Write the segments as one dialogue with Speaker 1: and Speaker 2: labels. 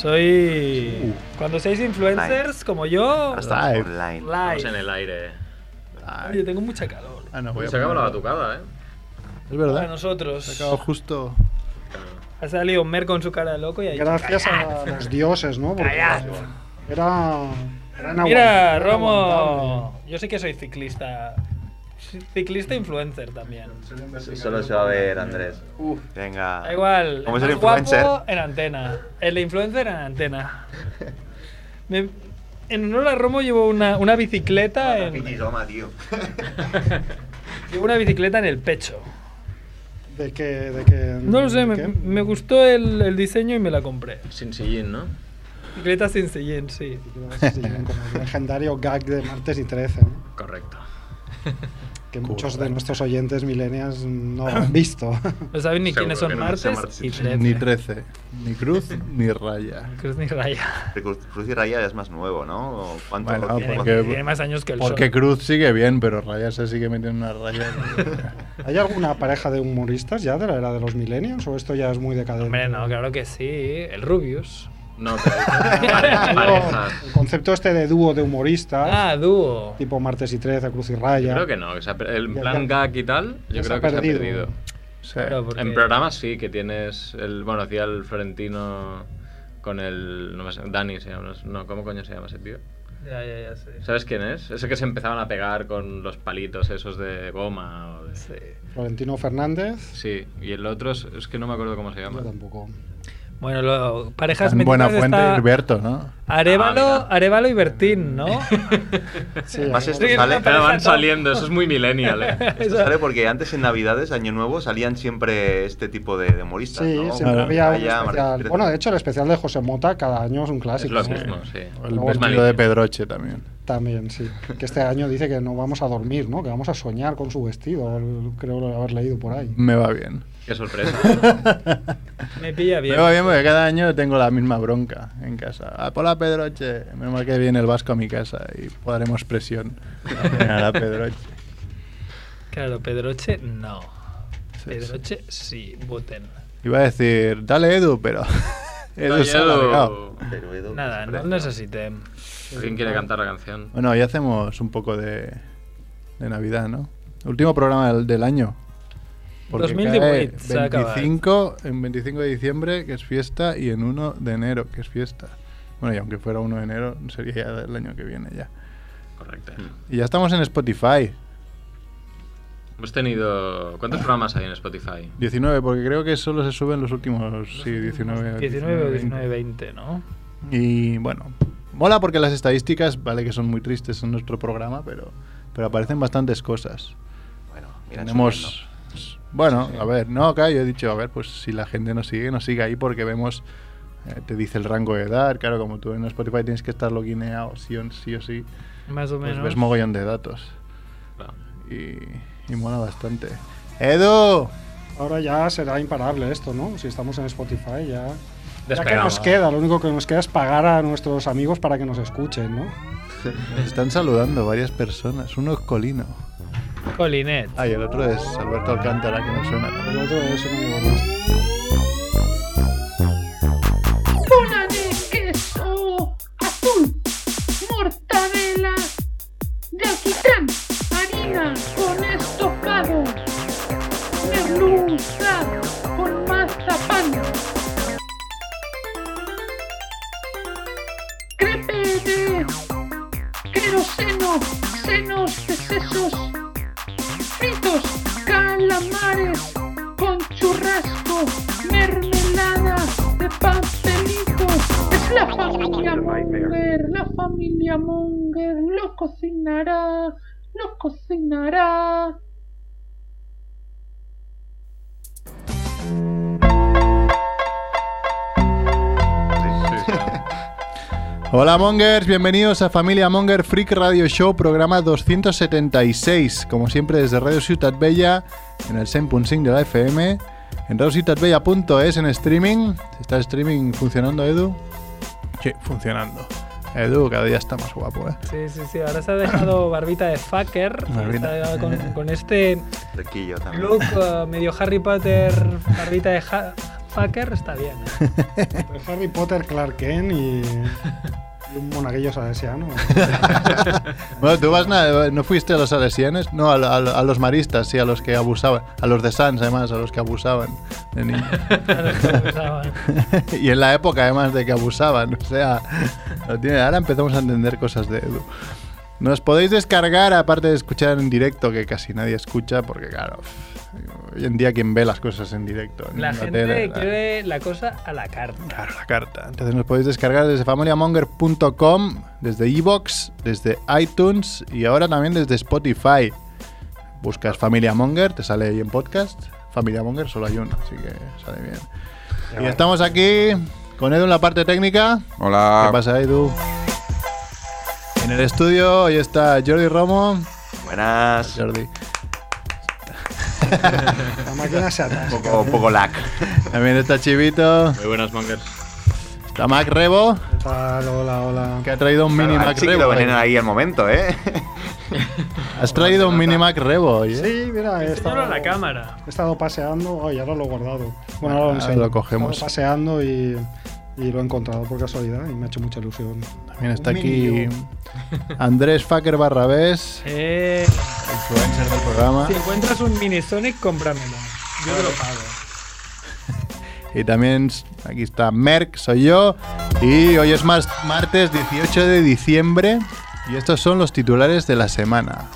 Speaker 1: Soy. Cuando seáis influencers como yo.
Speaker 2: Hasta
Speaker 3: Live.
Speaker 2: online.
Speaker 1: Live.
Speaker 4: Estamos en el aire.
Speaker 3: Ay,
Speaker 1: Yo tengo mucha calor.
Speaker 3: ah, no, voy
Speaker 4: Uy,
Speaker 3: a
Speaker 4: se acaba la
Speaker 3: poner-
Speaker 4: batucada, ¿eh?
Speaker 3: Es
Speaker 1: Para
Speaker 3: verdad. Se
Speaker 1: nosotros.
Speaker 3: acaba justo.
Speaker 4: Claro.
Speaker 1: Ha salido Mer con su cara de loco y ahí.
Speaker 5: Gracias a los dioses, ¿no? Porque era. era inaguantable,
Speaker 1: Mira,
Speaker 5: era inaguantable.
Speaker 1: Romo. Yo sé que soy ciclista. Ciclista influencer también.
Speaker 6: Solo se va a ver, Andrés.
Speaker 3: Uf,
Speaker 2: Venga.
Speaker 1: Da igual.
Speaker 2: Como
Speaker 1: el
Speaker 2: es el
Speaker 1: más guapo
Speaker 2: influencer.
Speaker 1: en antena. El influencer en antena. Me- en honor a Romo llevo una, una bicicleta en,
Speaker 6: Pitizoma, tío.
Speaker 1: llevo una bicicleta en el pecho.
Speaker 5: ¿De qué? ¿De qué?
Speaker 1: No lo sé,
Speaker 5: de
Speaker 3: Mm,
Speaker 1: me,
Speaker 5: qué?
Speaker 1: me gustó el, el diseño y me la compré.
Speaker 4: Sin sillín, ¿no?
Speaker 1: Bicicleta sin sillín, sí.
Speaker 5: Sí, como el legendario gag de martes y 13, ¿no?
Speaker 4: Correcto.
Speaker 5: que muchos de nuestros oyentes millennials no han visto.
Speaker 1: No saben ni
Speaker 4: Seguro
Speaker 1: quiénes
Speaker 4: que
Speaker 1: son
Speaker 4: no se
Speaker 1: martes
Speaker 4: llama
Speaker 1: y
Speaker 4: Martes.
Speaker 1: 13.
Speaker 3: ni 13. Ni cruz ni raya.
Speaker 1: Cruz ni raya.
Speaker 2: Cruz Cruz y Raya es más nuevo, ¿no? ¿O ¿Cuánto?
Speaker 3: Bueno,
Speaker 2: cuánto-
Speaker 3: porque-
Speaker 1: Tiene, tiene más años que el
Speaker 3: Porque
Speaker 1: sol.
Speaker 3: cruz sigue bien, pero raya se sigue metiendo una raya.
Speaker 5: ¿Hay alguna pareja de humoristas ya de la era de los millennials o esto ya es muy decadente?
Speaker 1: Hombre, no, claro que sí. El Rubius.
Speaker 4: No, pero. Pare-
Speaker 5: Digo,
Speaker 4: parejas.
Speaker 5: el concepto este de dúo de humoristas,
Speaker 1: Ah, dúo.
Speaker 5: tipo martes y 13, cruz y raya.
Speaker 4: Creo que no. que se ha per- el
Speaker 5: Ya-
Speaker 4: plan
Speaker 5: ya-
Speaker 4: gag y tal, yo
Speaker 5: ya se
Speaker 4: creo
Speaker 5: ha
Speaker 4: que se ha
Speaker 5: perdido.
Speaker 4: perdido.
Speaker 3: Sí.
Speaker 1: Claro, porque-
Speaker 4: En programas sí, que tienes. El, bueno, hacía el Florentino con el. No me sé, Dani se llama. No, ¿cómo coño se llama ese tío?
Speaker 1: Ya, ya, ya sé.
Speaker 4: ¿Sabes quién es? Ese que se empezaban a pegar con los palitos esos de goma. O de...
Speaker 1: Sí.
Speaker 5: Florentino Fernández.
Speaker 4: Sí, y el otro es, es que no me acuerdo cómo se llama.
Speaker 5: Yo tampoco.
Speaker 1: Bueno, lo, parejas
Speaker 3: En Buena
Speaker 1: metidas
Speaker 3: Fuente
Speaker 1: está
Speaker 3: y Berto, ¿no?
Speaker 1: Arevalo,
Speaker 4: Ah, mira.
Speaker 1: Arevalo y Bertín, ¿no?
Speaker 5: Sí,
Speaker 2: Más
Speaker 5: no,
Speaker 2: esto
Speaker 1: Sí,
Speaker 2: sale,
Speaker 1: no,
Speaker 4: Pero
Speaker 1: Pareja
Speaker 4: van
Speaker 1: top.
Speaker 4: saliendo, eso es muy millennial, ¿eh?
Speaker 2: esto sale porque antes en Navidades, Año Nuevo, salían siempre este tipo de, de humoristas,
Speaker 5: sí,
Speaker 2: ¿no?
Speaker 5: siempre
Speaker 3: Claro.
Speaker 5: había un
Speaker 2: Raya,
Speaker 5: especial.
Speaker 2: Martín Pérez.
Speaker 5: Bueno, de hecho, el especial de José Mota cada año es un
Speaker 4: Es
Speaker 5: clásico.
Speaker 4: lo
Speaker 5: ¿no?
Speaker 4: mismo, sí.
Speaker 3: El
Speaker 5: No,
Speaker 3: vestido
Speaker 4: malísimo.
Speaker 3: de Pedroche también.
Speaker 5: También, sí. Que este año dice que no vamos a dormir, ¿no? Que vamos a soñar con su vestido. Creo haber leído por
Speaker 2: Mm.
Speaker 5: ahí.
Speaker 3: Me va bien.
Speaker 4: Qué sorpresa.
Speaker 1: Me pilla bien.
Speaker 3: Me va bien porque cada año tengo la misma bronca en casa. A Pola Pedroche. Menos mal que viene el vasco a mi casa y podremos presión. A la Pedroche.
Speaker 1: Claro, Pedroche no.
Speaker 3: Sí,
Speaker 1: Pedroche sí, voten.
Speaker 3: Iba a decir, dale Edu, pero. Edu se ha alargado.
Speaker 4: Edu,
Speaker 2: Pero Edu, pues,
Speaker 1: Nada, no
Speaker 2: siempre-
Speaker 1: necesiten.
Speaker 4: ¿Alguien quiere cantar la canción?
Speaker 3: Bueno, ya hacemos un poco de, de Navidad, ¿no? Último programa del, del año.
Speaker 1: 2018
Speaker 3: cae
Speaker 1: se ha acabado.
Speaker 3: 25, en 25 de diciembre, que es fiesta, y en 1 de enero, que es fiesta. Bueno, y aunque fuera 1 de enero, sería ya el año que viene ya.
Speaker 4: Correcto.
Speaker 3: Y ya estamos en Spotify.
Speaker 4: Hemos tenido. ¿Cuántos programas hay en Spotify?
Speaker 3: 19, porque creo que solo se suben los últimos. Sí, 19.
Speaker 1: 19 o
Speaker 3: 20.
Speaker 1: 19, 20, ¿no?
Speaker 3: Y bueno, mola porque las estadísticas, vale que son muy tristes en nuestro programa, pero, pero aparecen bastantes cosas.
Speaker 2: Bueno, mira,
Speaker 3: Tenemos. Bueno, a ver, no, acá yo he dicho, a ver, pues si la gente nos sigue, nos sigue ahí porque vemos, eh, te dice el rango de edad, claro, como tú en Spotify tienes que estar loguineado sí o sí, o sí
Speaker 1: Más o
Speaker 3: pues
Speaker 1: menos.
Speaker 3: ves mogollón de datos
Speaker 4: Claro.
Speaker 3: y, y mola bastante. ¡Edu!
Speaker 5: Ahora ya será imparable esto, ¿no? Si estamos en Spotify ya... Ya que
Speaker 4: Despegamos.
Speaker 5: nos queda, lo único que nos queda es pagar a nuestros amigos para que nos escuchen, ¿no?
Speaker 3: Nos están saludando varias personas, uno es Colino.
Speaker 1: Colinet.
Speaker 3: Ah, y el otro es Alberto Alcántara, que nos suena también.
Speaker 5: El otro es un amigo nuestro.
Speaker 7: bola de queso azul, mortadela de alquitrán, harina con estofados, merluza con mazapán, crepe de queroseno, senos de sesos, fritos, calamares con churrasco, mermelada de pastelito. Es la familia Munger, la familia Munger, lo cocinará, lo cocinará.
Speaker 3: Hola Mongers, bienvenidos a Familia Monger Freak Radio Show, programa 276, como siempre desde Radio Ciutat Vella, en el 100.5 de la FM, en radiociudatvella.es en streaming. ¿Está el streaming funcionando, Edu? Sí, funcionando. Edu cada día está más guapo, ¿eh?
Speaker 1: Sí, sí, sí. Ahora se ha dejado barbita de fucker.
Speaker 3: Barbita.
Speaker 1: Está con, con este uh,
Speaker 2: Riquillo también.
Speaker 1: look eh, medio Harry Potter, barbita de ha- motherfucker está bien. ¿eh?
Speaker 5: Harry Potter, Clark Kent y, y un monaguillo salesiano.
Speaker 3: Bueno, tú vas na- no fuiste a los salesianes, no, al- al- a, los maristas, sí, a los que abusaban, a los de Sans además, a los que abusaban de niños. y en la época además de que abusaban, o sea, lo tiene- ahora empezamos a entender cosas de Edu. Nos podéis descargar, aparte de escuchar en directo, que casi nadie escucha, porque claro, pff, hoy en día quien ve las cosas en directo. en
Speaker 1: La
Speaker 3: tele,
Speaker 1: gente quiere la cosa a la carta.
Speaker 3: Claro, la carta. Entonces nos podéis descargar desde familiamonger.com, desde iVoox, desde iTunes y ahora también desde Spotify. Buscas Familia Monger, te sale ahí en podcast. Familia Monger solo hay uno, así que sale bien. Y estamos aquí con Edu en la parte técnica.
Speaker 8: Hola.
Speaker 2: Ah.
Speaker 3: ¿Qué pasa, Edu? En el estudio hoy está Jordi Romo.
Speaker 2: Buenas. Un
Speaker 3: Jordi.
Speaker 5: La máquina se atasca.
Speaker 2: poco, un poco lag.
Speaker 3: También está Chivito.
Speaker 4: Muy buenas, Mongers.
Speaker 3: Está Mac Rebo,
Speaker 5: ¿Qué tal? Hola, hola.
Speaker 3: que ha traído un mini
Speaker 2: Claro,
Speaker 3: Mac
Speaker 2: sí que
Speaker 3: Rebo.
Speaker 2: lo venen ahí al momento, ¿eh?
Speaker 3: Has traído un mini Mac Rebo hoy, ¿eh?
Speaker 5: Sí, mira,
Speaker 1: Señalo
Speaker 5: he estado,
Speaker 1: a la cámara.
Speaker 5: he estado paseando. Ay, ahora lo he guardado. Bueno, ahora
Speaker 3: Ahora
Speaker 5: lo enseño.
Speaker 3: Ah, lo cogemos.
Speaker 5: He estado paseando y, y lo he encontrado por casualidad y me ha hecho mucha ilusión.
Speaker 3: También está
Speaker 5: Un
Speaker 3: aquí
Speaker 5: mini
Speaker 3: Andrés Facker Barrabés,
Speaker 1: Eh,
Speaker 3: influencer del programa.
Speaker 1: si encuentras un mini Sonic, cómpramelo. Yo te lo pago.
Speaker 3: Y también s- aquí está Merck, soy yo. Y hoy es más martes 18 de diciembre. Y estos son los titulares de la semana.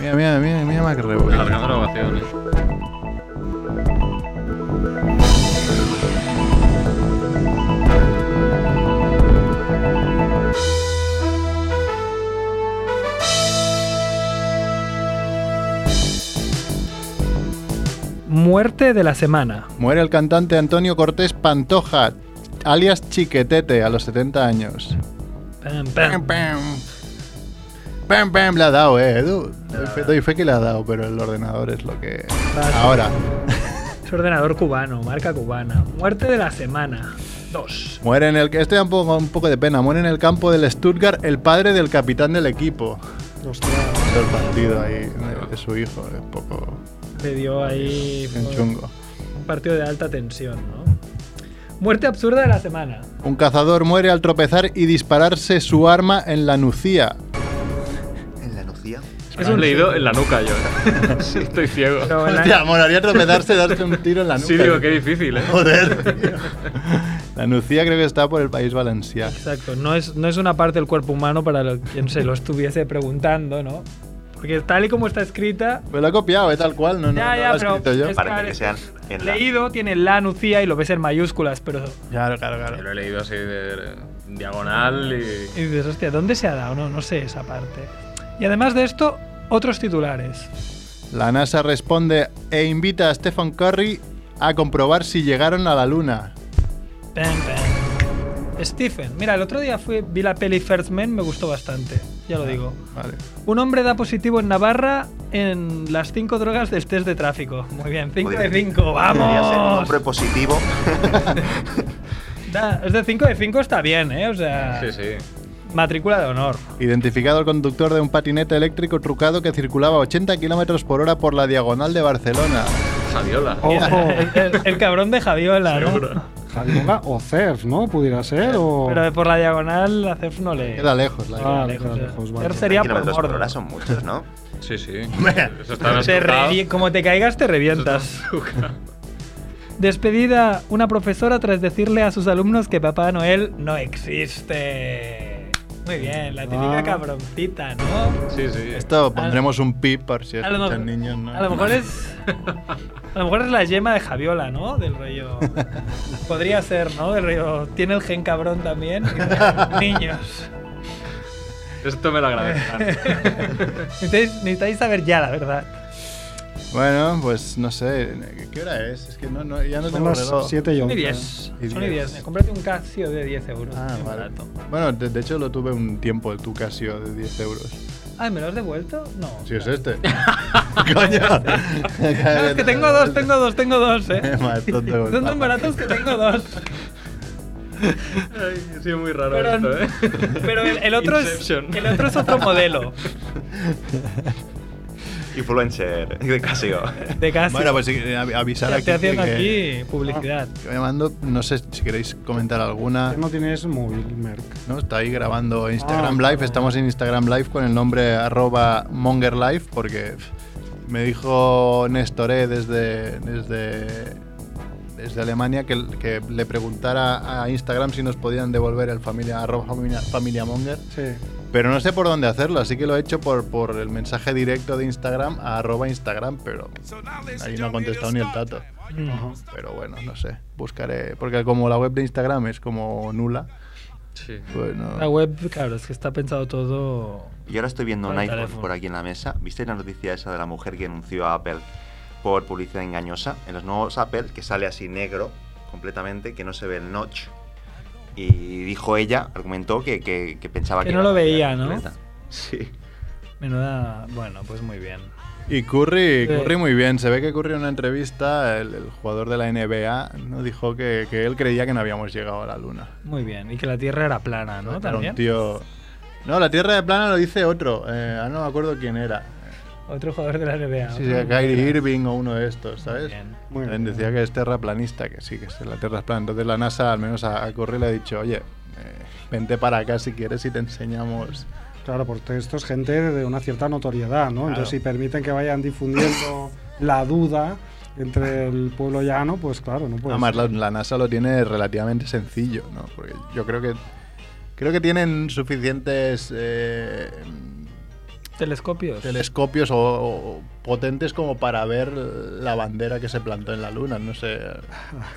Speaker 3: Mira, mira, mira, mira, Mac Rebo.
Speaker 4: Alargando ¿eh? grabaciones.
Speaker 1: Muerte de la semana.
Speaker 3: Muere el cantante Antonio Cortés Pantoja, alias Chiquetete, a los 70 años.
Speaker 1: Pam,
Speaker 3: Pam,
Speaker 1: pam.
Speaker 3: pam. Pam, pam, le ha dado, eh, Edu. Doy fe, doy fe que le ha dado, pero el ordenador es lo que. Ahora.
Speaker 1: Es ordenador cubano, marca cubana. Muerte de la semana. Dos.
Speaker 3: Muere en el. Este da un poco, un poco de pena. Muere en el campo del Stuttgart el padre del capitán del equipo.
Speaker 5: Hostia.
Speaker 3: Del partido ahí, de, de su hijo. Es un poco.
Speaker 1: Le dio ahí
Speaker 3: un chungo.
Speaker 1: un partido de alta tensión, ¿no? Muerte absurda de la semana.
Speaker 3: Un cazador muere al tropezar y dispararse su arma en la nucía.
Speaker 2: En la Lucía.
Speaker 4: Me lo he leído en la nuca yo. ¿eh? Estoy ciego.
Speaker 1: Pero en la-
Speaker 3: Hostia, moraría tropezarse y darse un tiro en la nuca.
Speaker 4: eh. Sí, digo, qué difícil, ¿eh?
Speaker 3: Joder. tío. La nucía creo que está por el país valenciano.
Speaker 1: Exacto, no es, no es una parte del cuerpo humano para lo- quien se lo estuviese preguntando, ¿no? Porque tal y como está escrita,
Speaker 3: Me lo he copiado, eh, tal cual, no, no,
Speaker 1: Ya,
Speaker 3: no
Speaker 1: ya,
Speaker 3: lo he
Speaker 1: pero
Speaker 3: escrito yo.
Speaker 1: es-
Speaker 2: Parece
Speaker 1: Claro.
Speaker 2: que sean en la.
Speaker 1: leído, tiene la nucía y lo ves en mayúsculas, pero...
Speaker 3: Claro, claro,
Speaker 4: Yo
Speaker 3: claro.
Speaker 4: Lo he leído así de diagonal y...
Speaker 1: Y dices, hostia, ¿dónde se ha dado? No, no sé esa parte. Y además de esto, otros titulares.
Speaker 3: La NASA responde e invita a Stephen Curry a comprobar si llegaron a la Luna.
Speaker 1: Pam, pam. Stephen, mira, el otro día fui, vi la peli First Man, me gustó bastante, ya lo
Speaker 3: Ah.
Speaker 1: digo.
Speaker 3: Vale.
Speaker 1: Un hombre da positivo en Navarra en las cinco drogas del test de tráfico. Muy bien, 5 de
Speaker 2: Podría-
Speaker 1: 5,
Speaker 2: Podría ser un
Speaker 1: vamos.
Speaker 2: hombre positivo.
Speaker 1: Da- es de 5 de 5 está bien, ¿eh? O sea,
Speaker 4: Sí, sí.
Speaker 1: matrícula de honor.
Speaker 3: Identificado el conductor de un patinete eléctrico trucado que circulaba a 80 km por hora por la diagonal de Barcelona.
Speaker 4: Saviola.
Speaker 5: Ojo.
Speaker 1: El, el- el cabrón de Javiola, ¿no?
Speaker 5: Javiola o CERF, ¿no? Pudiera ser. O...
Speaker 1: Pero por la diagonal la CEF no le...
Speaker 3: Queda lejos la
Speaker 5: Ah,
Speaker 3: diagonal.
Speaker 1: lejos,
Speaker 5: queda
Speaker 1: o sea,
Speaker 5: lejos,
Speaker 1: CEF
Speaker 5: vale.
Speaker 1: sería por
Speaker 2: kilómetros por
Speaker 1: Mordor.
Speaker 2: hora son muchos, ¿no?
Speaker 4: Sí, sí. Eso está
Speaker 1: Te
Speaker 4: estucado.
Speaker 1: revie- como te caigas te revientas. Despedida una profesora tras decirle a sus alumnos que Papá Noel no existe. Muy bien, la típica
Speaker 5: Ah.
Speaker 1: cabroncita, ¿no?
Speaker 4: Sí, sí.
Speaker 3: Esto pondremos un pip por si
Speaker 1: Ah. A lo
Speaker 3: escuchan
Speaker 1: mejor-
Speaker 3: niños. ¿no?
Speaker 1: A lo mejor es. A lo mejor es la yema de Javiola, ¿no? Del rollo. Podría ser, ¿no? Del rollo. Tiene el gen cabrón también. Niños.
Speaker 4: Esto me lo agradecerán.
Speaker 1: necesitáis, necesitáis saber ya la verdad.
Speaker 3: Bueno, pues no sé. ¿Qué hora es? Es que no, no, ya no
Speaker 5: Son
Speaker 3: tengo
Speaker 5: las
Speaker 3: reloj.
Speaker 5: 7 y
Speaker 1: Son y
Speaker 5: 11.
Speaker 1: 10.
Speaker 3: Y
Speaker 1: Son y
Speaker 3: 10.
Speaker 1: 10. Cómprate un Casio de 10 euros.
Speaker 3: Ah,
Speaker 1: bien
Speaker 3: vale.
Speaker 1: barato.
Speaker 3: Bueno, de, de hecho lo tuve un tiempo, el tu Casio de 10 euros.
Speaker 1: Ay, ¿me lo has devuelto? No.
Speaker 3: Si es este. Coño.
Speaker 1: No, es que tengo dos, tengo dos, tengo dos, eh.
Speaker 3: Más tonto que un
Speaker 1: Son
Speaker 3: papa.
Speaker 1: tan baratos que tengo dos.
Speaker 4: Ay, ha sido muy raro
Speaker 1: Pero,
Speaker 4: esto, ¿eh?
Speaker 1: pero el, el otro es,
Speaker 4: Inception.
Speaker 1: el otro es otro modelo.
Speaker 2: Influencer de Casio.
Speaker 1: De casi.
Speaker 3: Bueno, pues sí, av- avisar
Speaker 1: estoy
Speaker 3: aquí.
Speaker 1: haciendo
Speaker 3: que-
Speaker 1: aquí publicidad.
Speaker 3: que va llamando, no sé si queréis comentar alguna.
Speaker 5: No tienes móvil, Merck.
Speaker 3: ¿no? Está ahí grabando Instagram
Speaker 5: Ah,
Speaker 3: Live.
Speaker 5: no.
Speaker 3: Estamos en Instagram Live con el nombre arroba mongerlive porque pf, me dijo Néstoré desde, desde, desde Alemania que, que le preguntara a Instagram si nos podían devolver el familia, arroba familia, familia monger.
Speaker 5: Sí.
Speaker 3: Pero no sé por dónde hacerlo, así que lo he hecho por, por el mensaje directo de Instagram a arroba Instagram, pero ahí no ha contestado ni el tato.
Speaker 1: Mm.
Speaker 3: Pero bueno, no sé, buscaré, porque como la web de Instagram es como nula,
Speaker 4: Sí.
Speaker 3: pues no-
Speaker 1: La web, claro, es que está pensado todo.
Speaker 2: Y ahora estoy viendo un
Speaker 1: Para el
Speaker 2: iPhone
Speaker 1: teléfono.
Speaker 2: por aquí en la mesa. ¿Viste la noticia esa de la mujer que denunció a Apple por publicidad engañosa? En los nuevos Apple, que sale así negro completamente, que no se ve el notch. Y dijo ella, argumentó que, que- que pensaba
Speaker 1: Que
Speaker 2: que...
Speaker 1: no
Speaker 2: era
Speaker 1: lo
Speaker 2: la
Speaker 1: veía,
Speaker 2: realidad
Speaker 1: ¿no?
Speaker 2: completa. Sí.
Speaker 1: Menuda. Bueno, pues muy bien.
Speaker 3: Y Curry,
Speaker 1: Sí.
Speaker 3: Curry muy bien. Se ve que Curry en una entrevista, el, el jugador de la NBA, ¿no? dijo que, que él creía que no habíamos llegado a la luna.
Speaker 1: Muy bien. Y que la Tierra era plana, ¿no?
Speaker 3: Era
Speaker 1: También.
Speaker 3: un tío... No, la Tierra de plana lo dice otro. eh, ah, no me acuerdo quién era.
Speaker 1: Otro jugador de la NBA.
Speaker 3: Sí, sí,
Speaker 1: otro
Speaker 3: Kyrie
Speaker 1: jugador.
Speaker 3: Irving o uno de estos, ¿sabes?
Speaker 1: Bien.
Speaker 5: Muy
Speaker 3: Él decía que es terraplanista, que sí, que es- la Tierra es plana. Entonces la NASA, al menos a, a Curry le ha dicho, oye, eh, vente para acá si quieres y te enseñamos...
Speaker 5: Claro, porque esto es gente de una cierta notoriedad, ¿no? Entonces, si permiten que vayan difundiendo la duda entre el pueblo llano, pues claro, no puede
Speaker 3: Además,
Speaker 5: ser.
Speaker 3: la, la NASA lo tiene relativamente sencillo, ¿no? Porque yo creo que creo que tienen suficientes eh,
Speaker 1: Telescopios.
Speaker 3: telescopios o, o potentes como para ver la bandera que se plantó en la Luna. No sé,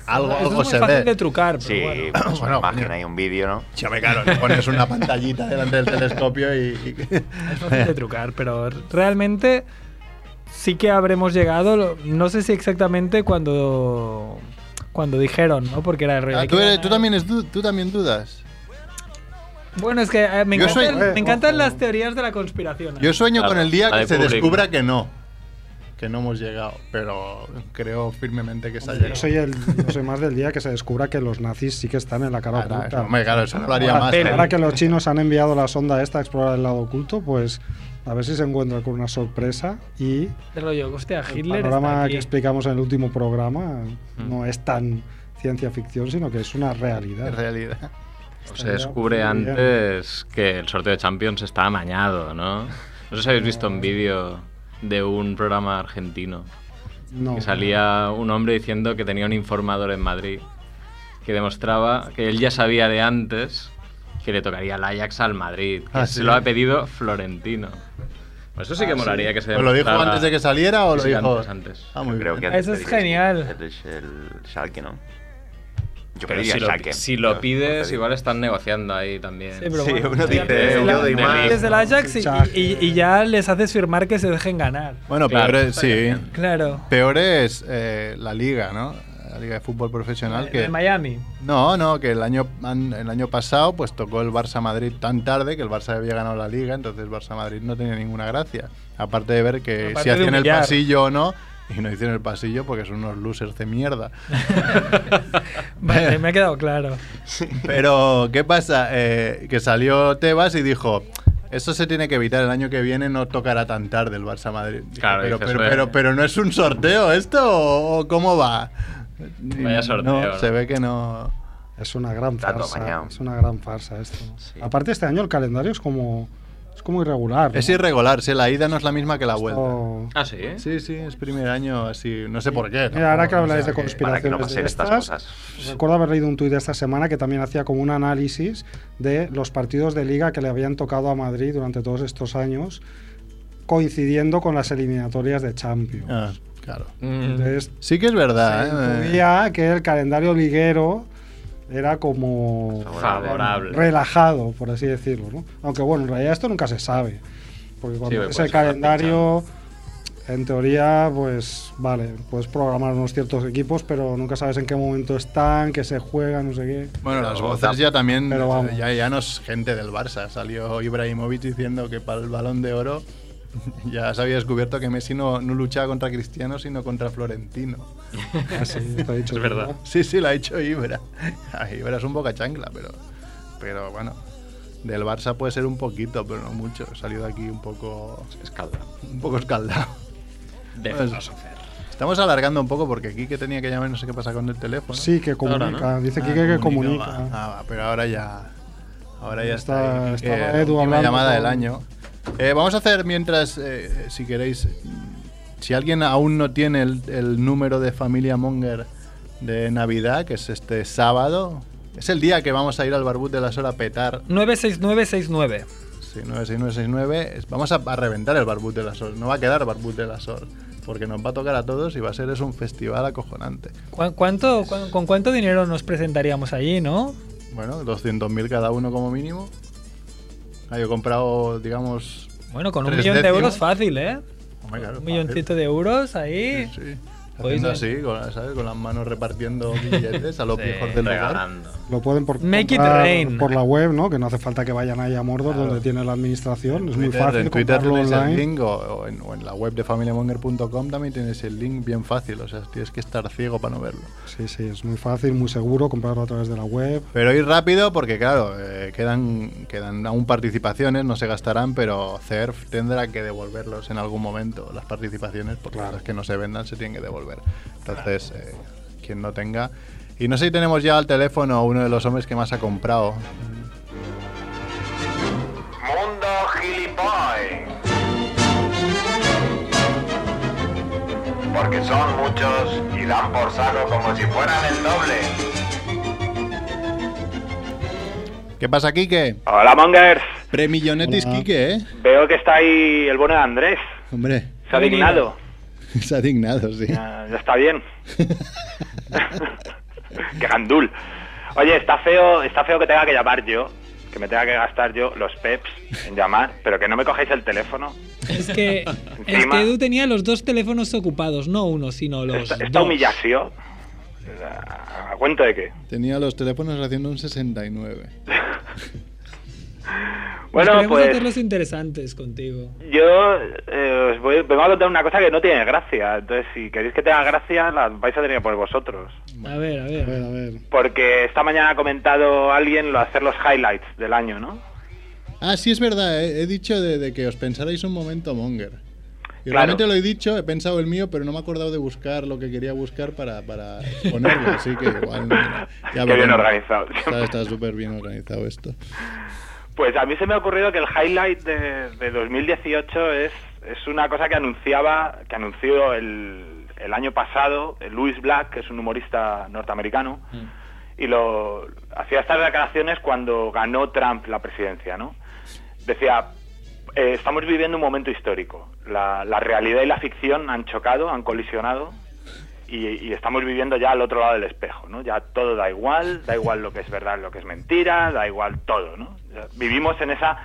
Speaker 3: algo,
Speaker 1: Eso
Speaker 3: algo
Speaker 1: es muy
Speaker 3: se
Speaker 1: fácil de
Speaker 3: ve.
Speaker 1: trucar, pero
Speaker 2: Sí,
Speaker 1: bueno.
Speaker 2: pues, una
Speaker 3: Bueno,
Speaker 2: imagen,
Speaker 3: coño.
Speaker 2: hay un vídeo, ¿no?
Speaker 3: Sí, hombre, claro, le pones una pantallita delante del telescopio y, y-
Speaker 1: Es fácil de trucar, pero realmente sí que habremos llegado. lo- No sé si exactamente cuando cuando dijeron, ¿no? Porque era el rey.
Speaker 3: Ah,
Speaker 1: de
Speaker 3: tú,
Speaker 1: que
Speaker 3: eres-
Speaker 1: iban
Speaker 3: tú
Speaker 1: a-
Speaker 3: también es du- tú también dudas.
Speaker 1: Bueno, es que eh, me,
Speaker 3: Yo soy-
Speaker 1: encantan, me
Speaker 5: eh,
Speaker 1: encantan
Speaker 5: ojo.
Speaker 1: las teorías de la conspiración. ¿eh?
Speaker 3: Yo sueño
Speaker 4: Claro,
Speaker 3: con el día
Speaker 4: la
Speaker 3: que
Speaker 4: de
Speaker 3: se
Speaker 4: Kubrick,
Speaker 3: descubra
Speaker 4: ¿no?
Speaker 3: que no, que no hemos llegado, pero creo firmemente que se ha
Speaker 5: Yo
Speaker 3: llegado.
Speaker 5: soy, el, yo soy más del día que se descubra que los nazis sí que están en la cara
Speaker 3: Ah, no, eso,
Speaker 5: oculta.
Speaker 3: hombre, claro, eso lo haría
Speaker 1: Ahora
Speaker 3: más.
Speaker 1: pena.
Speaker 3: ¿eh?
Speaker 5: Ahora que los chinos han enviado la sonda esta a explorar el lado oculto, pues a ver si se encuentra con una sorpresa y
Speaker 1: El rollo, hostia,
Speaker 5: el
Speaker 1: Hitler está
Speaker 5: panorama
Speaker 1: aquí. Mm.
Speaker 5: que explicamos en el último programa no es tan ciencia ficción, sino que es una
Speaker 3: En
Speaker 5: realidad.
Speaker 3: realidad.
Speaker 4: O se descubre
Speaker 5: Muy bien.
Speaker 4: antes que el sorteo de Champions está amañado, ¿no? No sé si habéis visto un vídeo de un programa argentino
Speaker 5: No.
Speaker 4: que salía un hombre diciendo que tenía un informador en Madrid que demostraba que él ya sabía de antes que le tocaría el Ajax al Madrid, que
Speaker 3: Ah,
Speaker 4: se
Speaker 3: sí.
Speaker 4: lo ha pedido Florentino. Pues eso sí que molaría que se
Speaker 3: ¿Os lo dijo
Speaker 4: demostrara-
Speaker 3: antes de que saliera o lo
Speaker 4: Sí,
Speaker 3: dijo?
Speaker 4: antes, antes.
Speaker 3: Ah, muy
Speaker 2: Creo
Speaker 3: bien.
Speaker 2: que
Speaker 1: Eso
Speaker 2: antes
Speaker 1: es
Speaker 2: de-
Speaker 1: genial.
Speaker 2: El, el Schalke, ¿no? Yo
Speaker 4: Pero
Speaker 2: pediría
Speaker 4: si lo,
Speaker 2: Schalke.
Speaker 4: si lo
Speaker 2: Yo-
Speaker 4: pides,
Speaker 2: yo-
Speaker 4: igual están negociando ahí también.
Speaker 1: Sí, pero
Speaker 2: Sí,
Speaker 1: bueno,
Speaker 2: uno
Speaker 1: sí,
Speaker 2: dice,
Speaker 1: antes de
Speaker 4: eh,
Speaker 1: la-
Speaker 4: yo de Iman.
Speaker 1: antes del Ajax y,
Speaker 5: Fichaje.
Speaker 1: y- y ya les haces firmar que se dejen ganar.
Speaker 3: Bueno,
Speaker 4: Claro,
Speaker 3: peor es,
Speaker 4: está
Speaker 3: sí.
Speaker 4: bien.
Speaker 1: Claro.
Speaker 3: Peor es eh, la liga, ¿no? La liga de fútbol
Speaker 5: Eh,
Speaker 3: profesional
Speaker 1: De
Speaker 3: que...
Speaker 1: Miami.
Speaker 3: No, no, que el año, an- el año pasado pues tocó el Barça-Madrid tan tarde que el Barça había ganado la liga, entonces el Barça-Madrid no tenía ninguna gracia. Aparte de ver que
Speaker 1: Aparte
Speaker 3: si
Speaker 1: de
Speaker 3: hacían el
Speaker 1: humillar.
Speaker 3: pasillo o no, y no hicieron el pasillo porque son unos losers de mierda.
Speaker 1: Vale, me ha quedado claro.
Speaker 3: Pero, ¿qué pasa? Eh, que salió Tebas y dijo, esto se tiene que evitar, el año que viene no tocará tan tarde el Barça Madrid. Dijo,
Speaker 4: Claro,
Speaker 3: pero,
Speaker 4: dices,
Speaker 3: pero,
Speaker 4: "Bueno".
Speaker 3: pero, pero no es un sorteo esto, ¿o o cómo va? Y
Speaker 4: Vaya sorteo,
Speaker 3: No,
Speaker 4: ¿no?
Speaker 3: se ve que no...
Speaker 5: Es una gran
Speaker 2: Dato
Speaker 5: farsa.
Speaker 2: mañana.
Speaker 5: Es una gran farsa esto. ¿no?
Speaker 2: Sí.
Speaker 5: Aparte este año el calendario es como es como irregular. ¿no?
Speaker 3: Es irregular, sí, la ida no es la misma que la vuelta.
Speaker 5: Esto-
Speaker 4: Ah, sí, ¿eh?
Speaker 3: Sí, sí, es primer año así, no sé por qué.
Speaker 5: Mira, ahora
Speaker 3: tampoco,
Speaker 5: que habláis
Speaker 3: o sea
Speaker 5: de
Speaker 2: Para
Speaker 5: conspiraciones
Speaker 2: que no
Speaker 5: de
Speaker 2: pasen estas
Speaker 5: estas,
Speaker 2: cosas.
Speaker 5: Recuerdo haber leído un tuit de esta semana que también hacía como un análisis de los partidos de liga que le habían tocado a Madrid durante todos estos años, coincidiendo con las eliminatorias de Champions.
Speaker 3: Ah, claro.
Speaker 4: Mm.
Speaker 5: Entonces,
Speaker 3: Sí que es verdad,
Speaker 5: se
Speaker 3: ¿eh?
Speaker 5: intuía que el calendario liguero era como
Speaker 4: Favorable.
Speaker 5: relajado, por así decirlo. ¿no? Aunque bueno, en realidad esto nunca se sabe. Porque
Speaker 4: Sí, pues,
Speaker 5: cuando es el
Speaker 4: puede ser
Speaker 5: calendario, en teoría, pues vale, puedes programar unos ciertos equipos, pero nunca sabes en qué momento están, qué se juegan, no sé qué.
Speaker 3: Bueno,
Speaker 2: Pero
Speaker 3: las
Speaker 2: tam-
Speaker 3: voces ya también,
Speaker 5: pero vamos.
Speaker 3: ya, ya no es gente del Barça. Salió Ibrahimovic diciendo que para el balón de oro ya se había descubierto que Messi no, no luchaba contra Cristiano, sino contra Florentino.
Speaker 5: Así, te he dicho,
Speaker 4: Es verdad.
Speaker 3: Sí, sí, lo ha hecho Ibra. Ah, Ibra es un boca chancla, pero, pero bueno, del Barça puede ser un poquito, pero no mucho. Salió de aquí un poco,
Speaker 4: Escalda.
Speaker 3: un poco escaldado. Pues Estamos alargando un poco porque Kike tenía que llamar y no sé qué pasa con el teléfono.
Speaker 5: Sí, que comunica.
Speaker 4: Ahora,
Speaker 5: Dice
Speaker 3: Ah,
Speaker 5: Quique que comunica.
Speaker 3: va. Ah, va, pero ahora ya. Ahora ya
Speaker 5: Está-
Speaker 3: está.
Speaker 5: estaba
Speaker 3: la
Speaker 5: Edu
Speaker 3: última
Speaker 5: hablando
Speaker 3: llamada
Speaker 5: con-
Speaker 3: del año. Eh, vamos a hacer mientras, eh, si queréis, mm, si alguien aún no tiene el, el número de Familia Monger de Navidad, que es este sábado, es el día que vamos a ir al barbut de la sola a petar.
Speaker 1: 96969.
Speaker 3: Sí, 96969. Es- Vamos a, a reventar el Barbut de la Sol. No va a quedar Barbut de la Sol. Porque nos va a tocar a todos y va a ser es un festival acojonante.
Speaker 1: ¿Cu- ¿Cuánto, cu- ¿Con cuánto dinero nos presentaríamos allí, no?
Speaker 3: Bueno, 200.000 cada uno como mínimo. Ah, yo he comprado, digamos.
Speaker 1: Bueno, con un
Speaker 3: Tres
Speaker 1: millón de
Speaker 3: décimos.
Speaker 1: euros fácil, ¿eh?
Speaker 3: hombre, claro,
Speaker 1: un
Speaker 3: fácil.
Speaker 1: milloncito Pues de euros ahí.
Speaker 3: Sí, sí.
Speaker 1: Podéis-
Speaker 3: Haciendo así, con, la- ¿sabes? con las manos repartiendo billetes a los viejos del lugar.
Speaker 4: regalando.
Speaker 5: Lo pueden por,
Speaker 1: Make it
Speaker 5: comprar
Speaker 1: rain.
Speaker 5: por la web, ¿no? Que no hace falta que vayan ahí a Mordor,
Speaker 3: Claro.
Speaker 5: donde tiene la administración. Es muy
Speaker 3: Twitter-
Speaker 5: fácil
Speaker 3: en Twitter
Speaker 5: comprarlo
Speaker 3: tenéis el
Speaker 5: online.
Speaker 3: link o, o en, o en la web de familiamonger.com también tienes el link bien fácil. O sea, tienes que estar ciego para no verlo.
Speaker 5: Sí, sí, es muy fácil, muy seguro comprarlo a través de la web.
Speaker 3: Pero ir rápido porque, claro, eh, quedan, quedan aún participaciones, no se gastarán, pero CERF tendrá que devolverlos en algún momento, las participaciones, porque
Speaker 5: Claro.
Speaker 3: las que no se vendan se tienen que devolver. Entonces, eh, quien no tenga... Y no sé si tenemos ya al teléfono a uno de los hombres que más ha comprado.
Speaker 8: Mundo gilipollas. Porque son muchos y dan por saco como si fueran el doble.
Speaker 3: ¿Qué pasa, Quique?
Speaker 9: Hola, Mongers.
Speaker 3: Premillonetis,
Speaker 5: Hola.
Speaker 3: Quique, ¿eh?
Speaker 9: Veo que está ahí el bueno de Andrés.
Speaker 3: Hombre,
Speaker 9: Se ha dignado.
Speaker 3: se ha dignado, sí.
Speaker 1: Ah,
Speaker 9: Ya, ya está bien. Qué gandul. Oye, está feo, está feo que tenga que llamar yo, que me tenga que gastar yo los peps en llamar, pero que no me cogéis el teléfono.
Speaker 1: Es que, es
Speaker 9: Encima.
Speaker 1: que Edu tenía los dos teléfonos ocupados, no uno, sino los
Speaker 9: Esta, esta
Speaker 1: dos.
Speaker 9: humillación. ¿A a cuento de qué?
Speaker 3: Tenía los teléfonos haciendo un 69.
Speaker 9: Bueno,
Speaker 1: Queremos
Speaker 9: pues
Speaker 1: hacerlos interesantes contigo.
Speaker 9: yo eh, os voy, vengo a contar una cosa que no tiene gracia. Entonces, si queréis que tenga gracia, la vais a tener que poner vosotros.
Speaker 1: A ver, a
Speaker 5: A ver,
Speaker 1: ver.
Speaker 5: a ver.
Speaker 9: Porque esta mañana ha comentado alguien lo de hacer los highlights del año, ¿no?
Speaker 3: Ah, sí, es verdad. eh, He, dicho de, de que os pensarais un momento Monger. Y
Speaker 9: Claro.
Speaker 3: realmente lo he dicho, he pensado el mío, pero no me he acordado de buscar lo que quería buscar para, para ponerlo. así que igual. mira,
Speaker 9: Qué
Speaker 3: veremos.
Speaker 9: bien organizado.
Speaker 3: Está está súper bien organizado esto.
Speaker 9: Pues a mí se me ha ocurrido que el highlight de, de 2018 es, es una cosa que anunciaba, que anunció el, el año pasado el Louis Black, que es un humorista norteamericano, y lo hacía estas declaraciones cuando ganó Trump la presidencia, ¿no? Decía, eh, estamos viviendo un momento histórico. La, la realidad y la ficción han chocado, han colisionado, y, y estamos viviendo ya al otro lado del espejo, ¿no? Ya todo da igual, da igual lo que es verdad, lo que es mentira, da igual todo, ¿no? Ya Vivimos en esa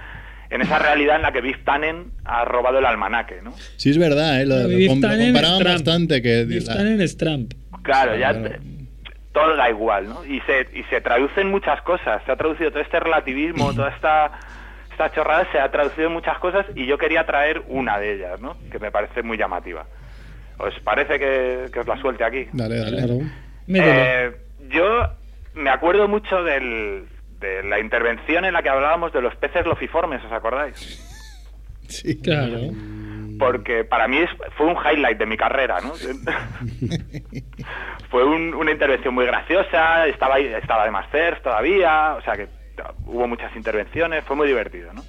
Speaker 9: en esa realidad en la que Biff Tannen ha robado el almanaque, ¿no?
Speaker 3: Sí, es verdad, eh, lo,
Speaker 1: No,
Speaker 3: lo
Speaker 1: Biff
Speaker 3: com- lo
Speaker 1: Tannen es
Speaker 3: comparaban
Speaker 1: Trump.
Speaker 3: bastante. que
Speaker 1: Biff
Speaker 3: la-
Speaker 1: Tannen es Trump.
Speaker 9: Claro, ya
Speaker 3: Claro.
Speaker 9: t- todo da igual, ¿no? Y se y se traducen muchas cosas, se ha traducido todo este relativismo, toda esta esta chorrada se ha traducido en muchas cosas y yo quería traer una de ellas, ¿no? Que me parece muy llamativa. ¿Os parece que, que os la suelte aquí?
Speaker 3: Dale, dale.
Speaker 5: Claro.
Speaker 1: Mételo.
Speaker 9: Eh, yo me acuerdo mucho del- de la intervención en la que hablábamos de los peces lofiformes, ¿os acordáis?
Speaker 3: Sí.
Speaker 1: Claro.
Speaker 9: Porque para mí es- fue un highlight de mi carrera, ¿no? fue un- una intervención muy graciosa, estaba, ahí- estaba de Masters todavía, o sea que t- hubo muchas intervenciones, fue muy divertido, ¿no?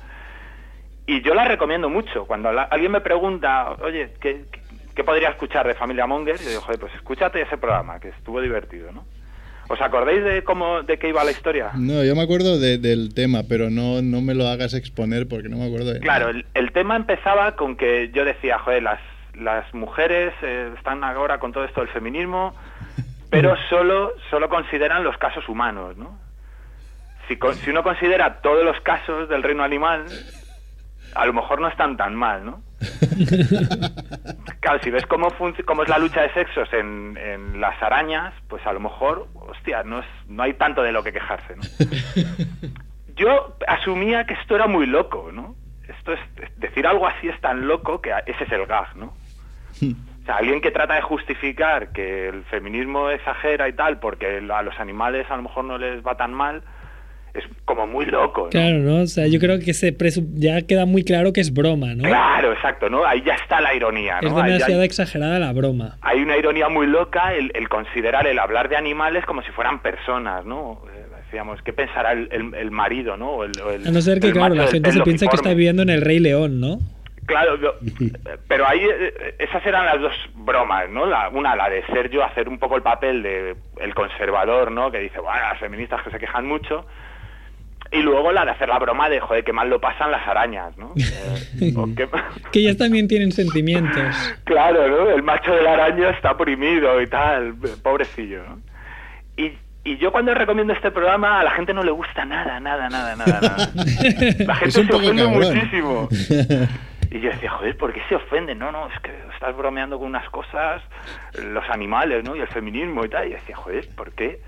Speaker 9: Y yo la recomiendo mucho. Cuando la- alguien me pregunta, oye, ¿qué, qué- qué podría escuchar de Familia Monger? Yo digo, joder, pues escúchate ese programa, que estuvo divertido, ¿no? ¿Os acordáis de cómo, de qué iba la historia?
Speaker 3: No, yo me acuerdo de- del tema, pero no, no me lo hagas exponer porque no me acuerdo de.
Speaker 9: Claro,
Speaker 3: nada.
Speaker 9: el, el tema empezaba con que yo decía, joder, las, las mujeres eh, están ahora con todo esto del feminismo, pero solo, solo consideran los casos humanos, ¿no? Si, con- si uno considera todos los casos del reino animal, a lo mejor no están tan mal, ¿no? Claro, si ves cómo, func- cómo es la lucha de sexos en, en las arañas, pues a lo mejor, hostia, no, es, no hay tanto de lo que quejarse, ¿no? yo asumía que esto era muy loco, ¿no? Esto es decir algo así es tan loco que a- ese es el gag, ¿no? O sea, alguien que trata de justificar que el feminismo exagera y tal porque el- a los animales a lo mejor no les va tan mal es como muy loco. ¿no?
Speaker 10: Claro, ¿no? O sea, yo creo que se presu- ya queda muy claro que es broma, ¿no?
Speaker 9: Claro, exacto, ¿no? Ahí ya está la ironía,
Speaker 10: Es
Speaker 9: ¿no? Ahí ya-
Speaker 10: demasiado exagerada la broma.
Speaker 9: hay una ironía muy loca el, el considerar el hablar de animales como si fueran personas, ¿no? Eh, Decíamos, ¿qué pensará el, el- el marido, ¿no? O el- o el-
Speaker 10: A no ser que,
Speaker 9: el
Speaker 10: claro, la
Speaker 9: macho del
Speaker 10: gente se
Speaker 9: pelo
Speaker 10: piensa que está
Speaker 9: uniforme.
Speaker 10: viviendo en el Rey León, ¿no?
Speaker 9: Claro, lo- pero ahí eh, esas eran las dos bromas, ¿no? La- una, la de Sergio hacer un poco el papel de el conservador, ¿no? Que dice, bueno, las feministas que se quejan mucho. Y luego la de hacer la broma de, joder, que mal lo pasan las arañas, ¿no? Eh, o que-
Speaker 10: Que ellas también tienen sentimientos.
Speaker 9: Claro, ¿no? El macho de la araña está oprimido y tal, pobrecillo, ¿no? Y, y yo cuando recomiendo este programa a la gente no le gusta nada, nada, nada, nada, nada. La gente
Speaker 3: Es un
Speaker 9: se
Speaker 3: poco
Speaker 9: ofende
Speaker 3: cabrón.
Speaker 9: muchísimo. Y yo decía, joder, ¿por qué se ofenden? No, no, es que estás bromeando con unas cosas, los animales, ¿no? Y el feminismo y tal. Y yo decía, joder, ¿por qué?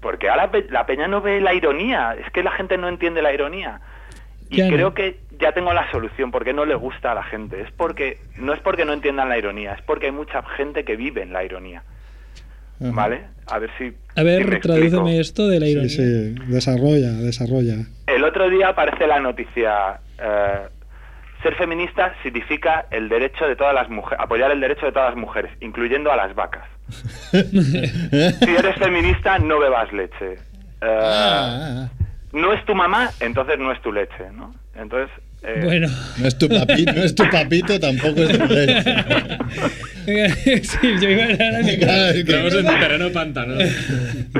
Speaker 9: Porque ahora pe- la peña no ve la ironía, es que la gente no entiende la ironía. Y
Speaker 10: Ya no.
Speaker 9: creo que ya tengo la solución, porque no le gusta a la gente. Es porque, no es porque no entiendan la ironía, es porque hay mucha gente que vive en la ironía,
Speaker 5: Ajá.
Speaker 9: ¿vale? A ver si...
Speaker 10: A
Speaker 9: si me
Speaker 10: ver,
Speaker 9: explico.
Speaker 10: tradúceme esto de la
Speaker 5: Sí,
Speaker 10: ironía.
Speaker 5: sí, desarrolla, desarrolla.
Speaker 9: El otro día aparece la noticia. eh, ser feminista significa el derecho de todas las mujeres, apoyar el derecho de todas las mujeres, incluyendo a las vacas. Si eres feminista, no bebas leche. Eh,
Speaker 3: Ah, ah, ah.
Speaker 9: No es tu mamá, entonces no es tu leche, ¿no? Entonces. eh,
Speaker 10: Bueno.
Speaker 3: No es tu papito, no es tu papito, tampoco es tu leche.
Speaker 10: sí, yo iba a dar a mi
Speaker 3: Claro, es que-
Speaker 4: Entramos en un terreno pantanoso.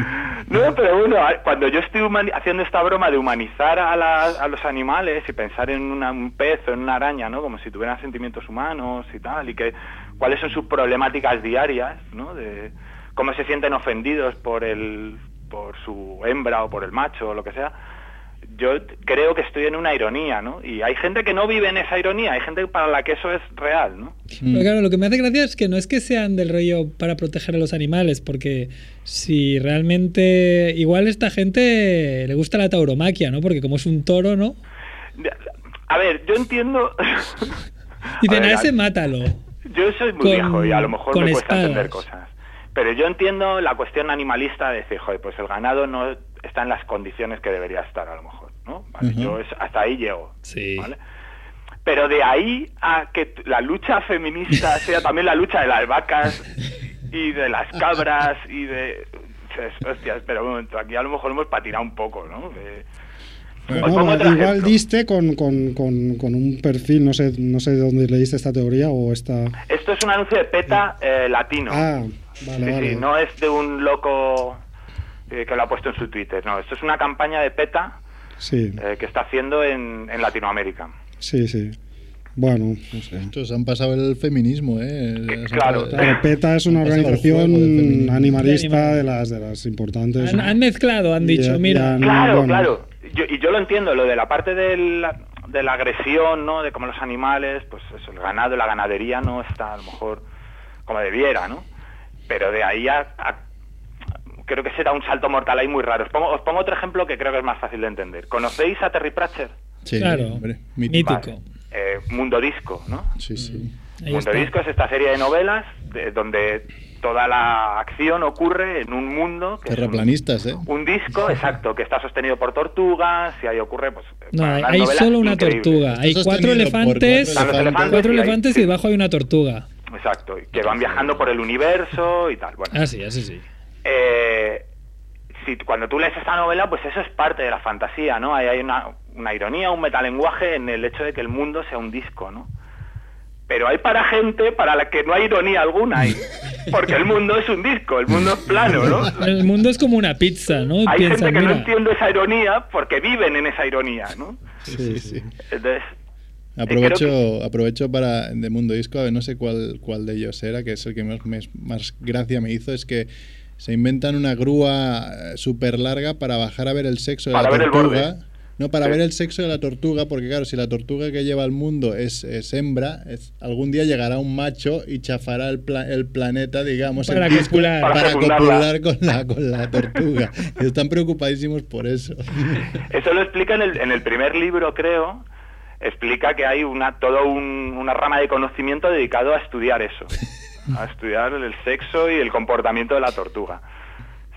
Speaker 9: No, pero bueno, a- cuando yo estoy humani- haciendo esta broma de humanizar a, la- a los animales y pensar en una- un pez o en una araña, ¿no? Como si tuvieran sentimientos humanos y tal, y que cuáles son sus problemáticas diarias, ¿no? De cómo se sienten ofendidos por el por su hembra o por el macho o lo que sea. Yo t- creo que estoy en una ironía, ¿no? Y hay gente que no vive en esa ironía, hay gente para la que eso es real, ¿no?
Speaker 10: Pero claro, lo que me hace gracia es que no es que sean del rollo para proteger a los animales, porque si realmente. Igual esta gente le gusta la tauromaquia, ¿no? Porque como es un toro, ¿no?
Speaker 9: A ver, yo entiendo
Speaker 10: Y
Speaker 9: A
Speaker 10: dicen,
Speaker 9: ver,
Speaker 10: a ese
Speaker 9: a-
Speaker 10: mátalo.
Speaker 9: Yo soy muy
Speaker 10: Con-
Speaker 9: viejo y a lo mejor
Speaker 10: con
Speaker 9: me cuesta entender
Speaker 10: espadas.
Speaker 9: cosas. Pero yo entiendo la cuestión animalista de decir, joder, pues el ganado no está en las condiciones que debería estar a lo mejor, ¿no? Vale, Yo es- hasta ahí llego.
Speaker 10: Sí.
Speaker 9: ¿vale? Pero de ahí a que t- la lucha feminista sea también la lucha de las vacas y de las cabras y de... dices, Hostia, espera un momento, aquí a lo mejor hemos patinado un poco, ¿no? Eh, os
Speaker 5: No,
Speaker 9: pongo otro
Speaker 5: igual
Speaker 9: ejemplo.
Speaker 5: diste con, con- con- con un perfil, no sé, no sé de dónde leíste esta teoría o esta...
Speaker 9: Esto es un anuncio de PETA eh, latino.
Speaker 5: Ah, vale,
Speaker 9: Sí,
Speaker 5: vale.
Speaker 9: sí, no es de un loco eh, que lo ha puesto en su Twitter, no, esto es una campaña de PETA
Speaker 5: Sí,
Speaker 9: eh, que está haciendo en, en Latinoamérica.
Speaker 5: sí, sí. Bueno, no sé.
Speaker 3: Estos han pasado el feminismo, ¿eh?
Speaker 9: Que-
Speaker 3: Se han
Speaker 9: claro.
Speaker 3: pasado-
Speaker 5: Claro, PETA es una
Speaker 3: Ha pasado el juego del
Speaker 5: organización
Speaker 3: feminismo.
Speaker 5: animalista de las, de las importantes.
Speaker 10: Han, han mezclado, han dicho,
Speaker 5: Ya-
Speaker 10: mira.
Speaker 5: ya- Mm,
Speaker 9: Claro,
Speaker 5: bueno.
Speaker 9: claro, Yo- y yo lo entiendo, lo de la parte de la, de la agresión, ¿no? De cómo los animales, pues eso, el ganado, la ganadería no está a lo mejor como debiera, ¿no? Pero de ahí a... a- creo que será un salto mortal ahí muy raro. Os pongo, os pongo otro ejemplo que creo que es más fácil de entender. ¿Conocéis a Terry Pratchett?
Speaker 3: Sí,
Speaker 10: Claro.
Speaker 3: hombre,
Speaker 10: Mítico.
Speaker 9: Vale. Eh, Mundo Disco, ¿no?
Speaker 3: Sí, sí.
Speaker 1: Mm.
Speaker 10: Ahí
Speaker 9: Mundo
Speaker 10: está.
Speaker 9: Disco es esta serie de novelas de- donde toda la acción ocurre en un mundo que es un-
Speaker 3: Terraplanistas, ¿eh?
Speaker 9: un, disco exacto que está sostenido por tortugas y ahí ocurre pues
Speaker 10: No,
Speaker 9: bueno,
Speaker 10: hay,
Speaker 9: unas
Speaker 10: hay
Speaker 9: novelas
Speaker 10: solo una
Speaker 9: increíbles.
Speaker 10: tortuga. Hay
Speaker 3: Está
Speaker 10: cuatro
Speaker 3: sostenido por
Speaker 10: elefantes,
Speaker 3: cuatro
Speaker 9: Claro, elefantes.
Speaker 10: cuatro
Speaker 9: y hay-
Speaker 10: elefantes y debajo hay una tortuga.
Speaker 9: exacto y que van viajando por el universo y tal bueno
Speaker 10: Ah, sí, así sí.
Speaker 9: eh, si t- cuando tú lees esta novela, pues eso es parte de la fantasía, ¿no? Hay, hay una, una ironía, un metalenguaje en el hecho de que el mundo sea un disco, ¿no? Pero hay para gente para la que no hay ironía alguna, ahí, porque el mundo es un disco, el mundo es plano, ¿no?
Speaker 10: El mundo es como una pizza, ¿no?
Speaker 9: Hay
Speaker 10: Piensan,
Speaker 9: gente que no
Speaker 10: mira.
Speaker 9: entiende esa ironía porque viven en esa ironía, ¿no?
Speaker 5: Sí, sí.
Speaker 9: Entonces,
Speaker 3: Aprovecho,
Speaker 9: Eh, creo
Speaker 3: aprovecho para de Mundo Disco, a ver, no sé cuál, cuál de ellos era, que es el que más, mes- más gracia me hizo, es que se inventan una grúa súper larga para bajar a ver el sexo de la
Speaker 9: Para ver el
Speaker 3: tortuga.
Speaker 9: borde.
Speaker 3: No, para
Speaker 9: Sí.
Speaker 3: ver el sexo de la tortuga, porque claro, si la tortuga que lleva al mundo es, es hembra, es- algún día llegará un macho y chafará el, pla- el planeta, digamos, el
Speaker 10: Para
Speaker 3: disco,
Speaker 10: copular.
Speaker 9: Para
Speaker 3: para
Speaker 9: fecundarla.
Speaker 3: copular con la, con la tortuga. Y están preocupadísimos por eso.
Speaker 9: Eso lo explica en el, en el primer libro, creo. Explica que hay una toda un- una rama de conocimiento dedicado a estudiar eso, a estudiar el sexo y el comportamiento de la tortuga.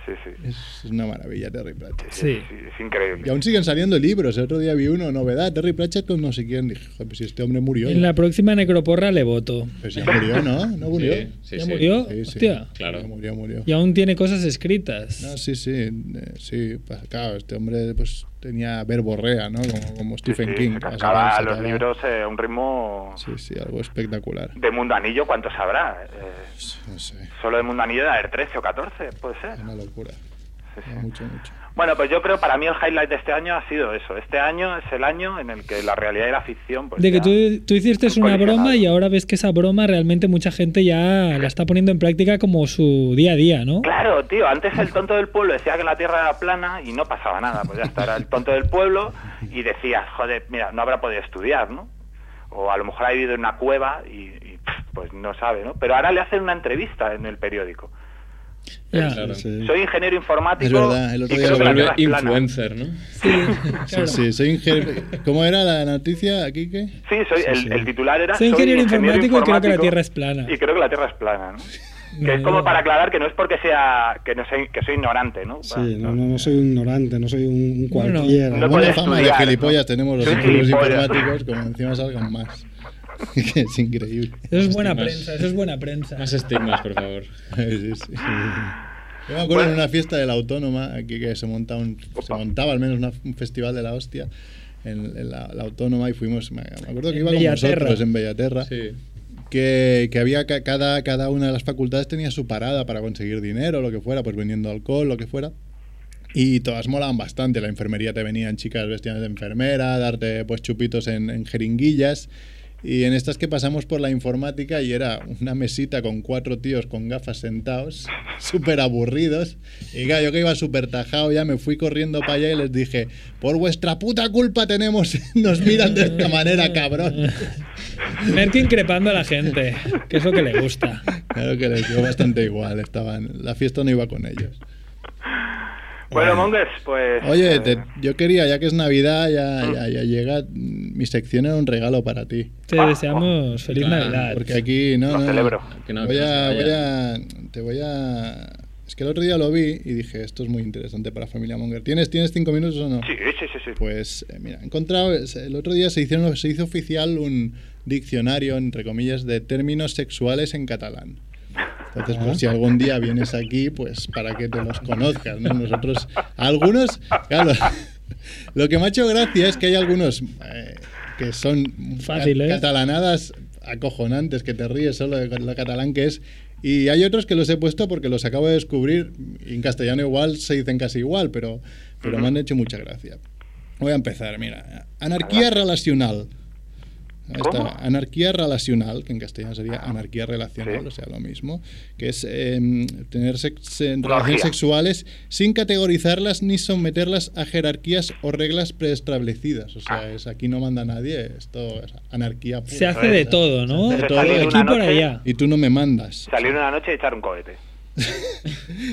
Speaker 9: sí, sí.
Speaker 3: Es una maravilla Terry Pratchett.
Speaker 9: Sí. sí, es increíble.
Speaker 3: Y aún siguen saliendo libros. El otro día vi uno, novedad, Terry Pratchett con no sé quién. Dije, joder, pues si este hombre murió.
Speaker 10: En la próxima necroporra le voto.
Speaker 3: Pues ya murió, ¿no? ¿No murió?
Speaker 10: Sí, sí, ¿Ya murió?
Speaker 3: Sí, sí.
Speaker 10: Hostia.
Speaker 3: Ya Murió, murió.
Speaker 10: Y aún tiene cosas escritas.
Speaker 3: No, sí, sí. eh, sí, pa- claro, este hombre pues tenía verborrea, ¿no? Como, como Stephen
Speaker 9: Sí,
Speaker 3: King.
Speaker 9: se
Speaker 3: Pasaba,
Speaker 9: cascaba
Speaker 3: sacaba-
Speaker 9: los libros eh, a un ritmo
Speaker 3: Sí, sí, algo espectacular.
Speaker 9: de mundanillo, ¿cuántos habrá? Eh,
Speaker 3: No sé,
Speaker 9: solo de mundanillo de haber 13 o 14, puede ser.
Speaker 3: una locura. Mucho, mucho.
Speaker 9: Bueno, pues yo creo para mí el highlight de este año ha sido eso. Este año es el año en el que la realidad y la ficción. Pues,
Speaker 10: De que
Speaker 9: ya-
Speaker 10: tú, tú hiciste una broma y ahora ves que esa broma realmente mucha gente ya la está poniendo en práctica como su día a día, ¿no?
Speaker 9: Claro, tío, antes el tonto del pueblo decía que la tierra era plana y no pasaba nada, pues ya está, era el tonto del pueblo y decías, joder, mira, no habrá podido estudiar, ¿no? O a lo mejor ha vivido en una cueva y, y, pff, pues no sabe, ¿no? Pero ahora le hacen una entrevista en el periódico.
Speaker 10: Ya.
Speaker 9: Soy ingeniero informático.
Speaker 3: Es verdad, el otro
Speaker 9: y
Speaker 3: día
Speaker 9: creo
Speaker 3: lo
Speaker 9: que la
Speaker 3: vuelve
Speaker 9: Tierra es plana.
Speaker 4: ¿no?
Speaker 3: Sí, sí, soy ingeniero. ¿Cómo era la noticia, Kike?
Speaker 9: Sí, soy, el,
Speaker 3: sí.
Speaker 9: el titular era.
Speaker 10: Soy ingeniero informático y creo que la Tierra es plana.
Speaker 9: Y creo que la Tierra es plana, ¿no? Que es como para aclarar que no es porque sea que no soy, que soy ignorante, ¿no?
Speaker 5: Sí, no, no, no soy un ignorante, no soy un, un cualquiera.
Speaker 9: no puedes
Speaker 3: Buena fama de
Speaker 9: estudiar,
Speaker 3: gilipollas tenemos los
Speaker 9: Soy
Speaker 3: ingenieros
Speaker 9: gilipollas.
Speaker 3: informáticos, como encima salgan más. Que es increíble.
Speaker 10: Eso es buena
Speaker 3: Estigmas.
Speaker 10: prensa, eso es buena prensa.
Speaker 4: Más estigmas, por favor.
Speaker 3: Sí, sí. Yo me acuerdo en una fiesta de la Autónoma, aquí que se, monta un- se montaba al menos una- un festival de la hostia en, en la, la Autónoma y fuimos, me, me acuerdo que
Speaker 10: En
Speaker 3: iba con
Speaker 10: Bellaterra.
Speaker 3: vosotros en Bellaterra,
Speaker 4: Sí.
Speaker 3: que, que había ca- cada, cada una de las facultades tenía su parada para conseguir dinero, lo que fuera, pues vendiendo alcohol, lo que fuera. Y todas molaban bastante. La enfermería te venían chicas vestidas de enfermera, darte pues chupitos en, en jeringuillas. Y en estas que pasamos por la informática y era una mesita con cuatro tíos con gafas sentados, súper aburridos. Y claro, yo que iba súper tajado ya me fui corriendo para allá y les dije, por vuestra puta culpa tenemos, nos miran de esta manera, cabrón.
Speaker 10: Merck increpando a la gente, que es lo que le gusta.
Speaker 3: Claro que les dio bastante igual, estaban, la fiesta no iba con ellos.
Speaker 10: Eh.
Speaker 9: Bueno, Mongers, pues.
Speaker 3: Oye,
Speaker 9: eh,
Speaker 3: te- yo quería, ya que es Navidad, ya, ya, ya llega, mm, mi sección era un regalo para ti.
Speaker 10: Te deseamos feliz
Speaker 4: claro,
Speaker 10: Navidad.
Speaker 3: oh, Porque aquí, no,
Speaker 9: Lo
Speaker 3: no,
Speaker 9: celebro.
Speaker 4: Ah, Que no,
Speaker 3: voy,
Speaker 4: que no se
Speaker 3: a,
Speaker 4: vaya.
Speaker 3: voy a, te voy a... Es que el otro día lo vi y dije, esto es muy interesante para Familia Monger. ¿Tienes, ¿tienes cinco minutos o no?
Speaker 9: Sí, sí, sí. sí.
Speaker 3: Pues eh, mira, he encontrado, es- el otro día se, hicieron, se hizo oficial un diccionario, entre comillas, de términos sexuales en catalán. Entonces, pues si algún día vienes aquí, pues para que te los conozcas, ¿no? Nosotros, algunos, claro, lo que me ha hecho gracia es que hay algunos eh, que son ca-
Speaker 10: Fácil, ¿eh?
Speaker 3: catalanadas acojonantes, que te ríes solo de lo catalán que es, y hay otros que los he puesto porque los acabo de descubrir, y en castellano igual se dicen casi igual, pero, pero me han hecho mucha gracia. Voy a empezar, mira. Anarquía relacional. Ahí está,
Speaker 9: ¿Cómo? Ah.
Speaker 3: Anarquía relacional, que en castellano sería anarquía relacional,
Speaker 9: Sí.
Speaker 3: o sea, lo mismo, que es em, tener sex- en
Speaker 9: Una
Speaker 3: relaciones
Speaker 9: orgía.
Speaker 3: sexuales sin categorizarlas ni someterlas a jerarquías o reglas preestablecidas. O
Speaker 9: Ah.
Speaker 3: sea, es, aquí no manda nadie, esto es anarquía pura.
Speaker 10: Se hace de todo, ¿no?
Speaker 3: De
Speaker 10: De
Speaker 3: todo.
Speaker 10: aquí
Speaker 9: Una
Speaker 10: por
Speaker 9: noche.
Speaker 10: allá.
Speaker 3: Y tú no me mandas.
Speaker 9: Salir una noche y echar un cohete.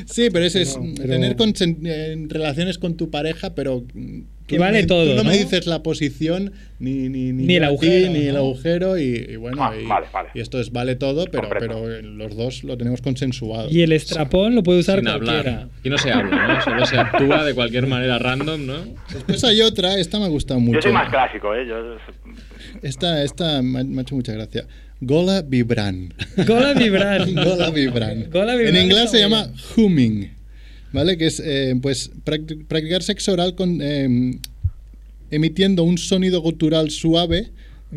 Speaker 3: Sí, pero ese es
Speaker 5: Pero-
Speaker 3: mm,
Speaker 5: pero-
Speaker 3: tener consen- en relaciones con tu pareja, pero mm,
Speaker 10: Que
Speaker 3: tú
Speaker 10: vale
Speaker 3: no-
Speaker 10: todo,
Speaker 3: Tú no, me
Speaker 10: ¿no?
Speaker 3: dices la posición ni ni,
Speaker 10: Ni el
Speaker 3: a ti,
Speaker 10: agujero,
Speaker 3: ni el
Speaker 10: ¿no?
Speaker 3: agujero y, y bueno,
Speaker 9: Ah,
Speaker 3: y,
Speaker 9: vale, vale.
Speaker 3: y esto es vale todo, pero
Speaker 9: Comprendo.
Speaker 3: pero eh, los dos lo tenemos consensuado.
Speaker 10: Y el estrapón lo puede usar
Speaker 4: Sin
Speaker 10: cualquiera.
Speaker 4: hablar. Aquí no se habla, ¿no? Solo se actúa de cualquier manera random, ¿no?
Speaker 3: Después hay otra, esta me ha gustado mucho.
Speaker 9: Yo soy más clásico, ¿eh? Yo,
Speaker 3: Esta esta me ha, me ha hecho mucha gracia. Gola vibran.
Speaker 10: Gola vibran.
Speaker 3: Gola vibran.
Speaker 10: Gola vibran
Speaker 3: En inglés
Speaker 10: está
Speaker 3: se
Speaker 10: muy
Speaker 3: llama humming, ¿vale? Que es eh, pues practi- practicar sexo oral con eh, emitiendo un sonido gutural suave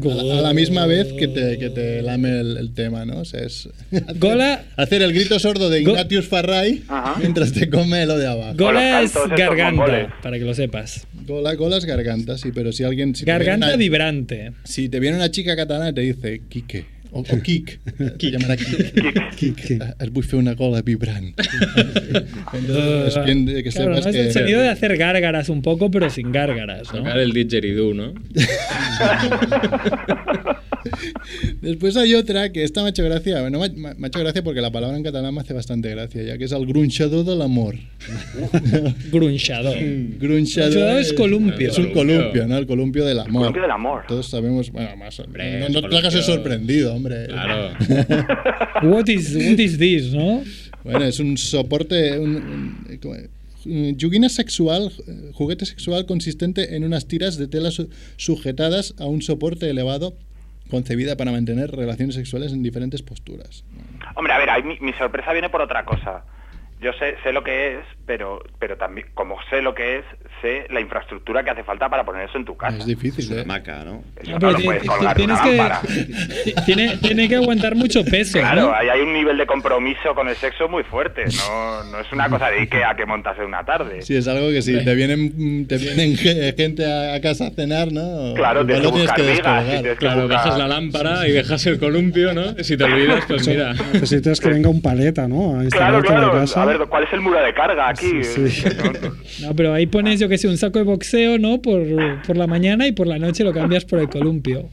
Speaker 3: a la, a la misma vez que te, que te lame el, el tema, ¿no? O sea, es hacer,
Speaker 10: Gola-
Speaker 3: hacer el grito sordo de
Speaker 10: Go-
Speaker 3: Ignatius Farray
Speaker 9: Ajá.
Speaker 3: mientras te come lo de abajo.
Speaker 9: Con los
Speaker 10: Gola es
Speaker 9: cantos estos mongoles.
Speaker 10: garganta, para que lo sepas.
Speaker 3: Gola, gola es garganta, sí, pero si alguien... Si te viene
Speaker 10: Garganta
Speaker 3: una-
Speaker 10: vibrante.
Speaker 3: Si te viene una chica catalana y te dice Quique o, o Kik, te llamará Kik.
Speaker 5: Quique.
Speaker 3: Has buscado una gola vibrante. Entonces, es bien de que
Speaker 10: Claro,
Speaker 3: sepas
Speaker 10: ¿no? es el
Speaker 3: que-
Speaker 10: sonido de hacer gárgaras un poco, pero sin gárgaras, ¿no?
Speaker 4: Tocar el didgeridoo, ¿no?
Speaker 3: Después hay otra que esta me ha hecho gracia. Bueno, me, ha- me ha hecho gracia porque la palabra en catalán me hace bastante gracia, ya que es el grunchador del amor.
Speaker 10: Grunchador.
Speaker 3: grunchador
Speaker 10: Grunchador es columpio.
Speaker 3: Es un columpio, ¿no? El columpio del amor.
Speaker 9: columpio del amor.
Speaker 3: Todos sabemos, bueno, más
Speaker 4: Hombre,
Speaker 3: No, no te hagas el
Speaker 4: columpio.
Speaker 3: sorprendido, hombre.
Speaker 4: Claro.
Speaker 10: What is, what is this, ¿no?
Speaker 3: Bueno, es un soporte. Un, un- ¿cómo es? Mm, Yugina sexual, eh, juguete sexual consistente en unas tiras de tela su- sujetadas a un soporte elevado concebida para mantener relaciones sexuales en diferentes posturas.
Speaker 9: Hombre, a ver, ahí mi, mi sorpresa viene por otra cosa. Yo sé, sé lo que es, pero, pero también, como sé lo que es, sé la infraestructura que hace falta para poner eso en tu casa.
Speaker 3: Es difícil, ¿eh?
Speaker 7: maca, ¿no?
Speaker 9: Eso no lo
Speaker 1: ti-
Speaker 9: puedes
Speaker 1: ti-
Speaker 9: colgar de
Speaker 1: tienes
Speaker 9: una lámpara.
Speaker 1: que, tiene, tiene que aguantar mucho peso.
Speaker 9: Claro,
Speaker 1: ¿no?
Speaker 9: ahí hay un nivel de compromiso con el sexo muy fuerte. No, no es una cosa de Ikea que montas en una tarde.
Speaker 3: Sí, es algo que si te vienen, te vienen ge- gente a a casa a cenar, ¿no?
Speaker 9: Claro, tienes
Speaker 3: Igual lo
Speaker 9: que buscar vigas. y
Speaker 3: descolgar.
Speaker 9: tienes que
Speaker 4: Claro,
Speaker 9: buscar-
Speaker 4: bajas la lámpara y dejas el columpio, ¿no? Y si te olvidas, pues mira.
Speaker 5: Necesitas que venga un paleta, ¿no? A
Speaker 9: Claro,
Speaker 5: instalarte en la
Speaker 9: claro.
Speaker 5: casa.
Speaker 9: A ver, ¿cuál es el muro de carga aquí?
Speaker 5: Sí,
Speaker 1: No, pero ahí pones, yo que sé, un saco de boxeo, ¿no? Por, por la mañana y por la noche lo cambias por el columpio.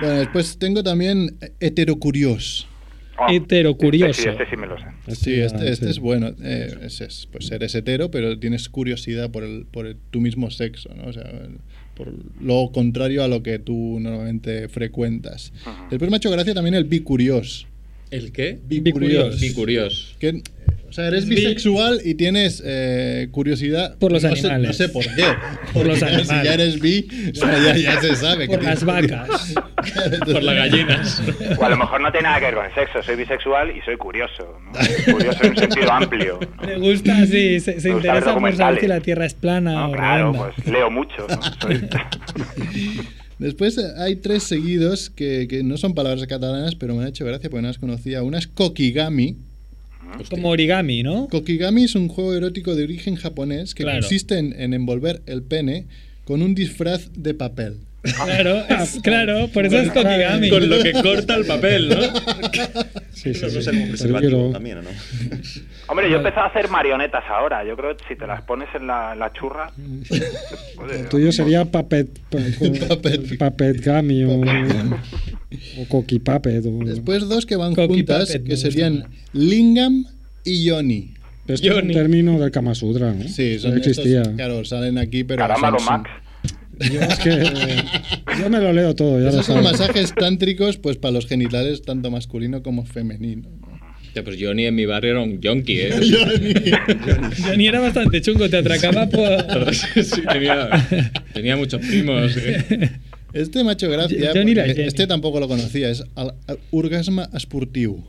Speaker 3: Bueno, después tengo también heterocurios.
Speaker 9: Oh,
Speaker 1: Heterocurioso.
Speaker 9: Este sí, este sí me lo sé.
Speaker 3: Sí, este,
Speaker 5: ah,
Speaker 3: este
Speaker 5: sí.
Speaker 3: es bueno. eh, es, es, pues eres hetero, pero tienes curiosidad por, el, por el- tu mismo sexo, ¿no? O sea, por lo contrario a lo que tú normalmente frecuentas. Después me ha hecho gracia también el bicurios.
Speaker 4: ¿El qué?
Speaker 3: Bicurios.
Speaker 4: Bicurios.
Speaker 3: Que, o sea, eres
Speaker 1: Bi-
Speaker 3: bisexual y tienes eh, curiosidad
Speaker 1: Por los
Speaker 3: no sé-
Speaker 1: animales.
Speaker 3: no sé por qué.
Speaker 1: Por los
Speaker 3: Porque ya- Si
Speaker 1: animales.
Speaker 3: ya eres bi, o sea, ya, ya se sabe. que
Speaker 1: Por
Speaker 3: tienes
Speaker 1: las vacas.
Speaker 3: curiosidad.
Speaker 4: Por las gallinas.
Speaker 9: O a lo mejor no tiene nada que ver con el sexo. Soy bisexual y soy curioso. ¿no? Curioso en un sentido amplio. ¿no?
Speaker 1: Le gusta, sí, se, se
Speaker 9: Me gusta
Speaker 1: interesa
Speaker 9: ver
Speaker 1: por saber
Speaker 9: documentales.
Speaker 1: si la Tierra es plana
Speaker 9: No,
Speaker 1: o
Speaker 9: claro,
Speaker 1: redonda.
Speaker 9: pues leo mucho. ¿no? Soy-
Speaker 3: Después eh, hay tres seguidos que, que no son palabras catalanas, pero me han hecho gracia porque no las conocía. Una es Kokigami.
Speaker 1: Como origami, ¿no?
Speaker 3: Kokigami es un juego erótico de origen japonés que
Speaker 1: Claro.
Speaker 3: consiste en, en envolver el pene con un disfraz de papel.
Speaker 1: Claro, es- claro, por eso es kokigami.
Speaker 4: Con lo que corta el papel, ¿no?
Speaker 5: Sí, sí,
Speaker 4: No sé cómo
Speaker 5: sí. Pero
Speaker 4: preservativo
Speaker 5: quiero-
Speaker 7: También, ¿o ¿no?
Speaker 9: Hombre, yo he empezado a hacer marionetas ahora. Yo creo que si te las pones en la, en la churra. joder,
Speaker 5: El tuyo sería pues, Papet, pa-
Speaker 3: Papet.
Speaker 5: papet, Gami o, o Coqui Papet. o-
Speaker 3: Después dos que van
Speaker 1: Koki
Speaker 3: juntas,
Speaker 1: Puppet, me
Speaker 3: que
Speaker 1: gusta.
Speaker 3: serían Lingam y Yoni.
Speaker 5: Esto es un
Speaker 1: Johnny.
Speaker 5: término del Kama Sutra, ¿no?
Speaker 3: Sí,
Speaker 5: Ya
Speaker 3: son
Speaker 5: existía.
Speaker 3: estos, claro, salen aquí, pero...
Speaker 9: Caramba,
Speaker 3: son-
Speaker 9: lo
Speaker 3: son-
Speaker 9: Max.
Speaker 5: Yo, es que, eh, yo me lo leo todo, ya lo
Speaker 3: Esos son
Speaker 5: sabes.
Speaker 3: masajes tántricos, pues para los genitales, tanto masculino como femenino.
Speaker 4: Hostia, pues Johnny en mi barrio era un yonki, ¿eh?
Speaker 1: Johnny era bastante chungo, te atracaba por.
Speaker 4: Sí, tenía, tenía muchos primos. ¿eh?
Speaker 3: Este me ha hecho gracia.
Speaker 1: Johnny la
Speaker 3: porque
Speaker 1: Jenny.
Speaker 3: este tampoco lo conocía. Es al, al- Urgasma Aspurtiu.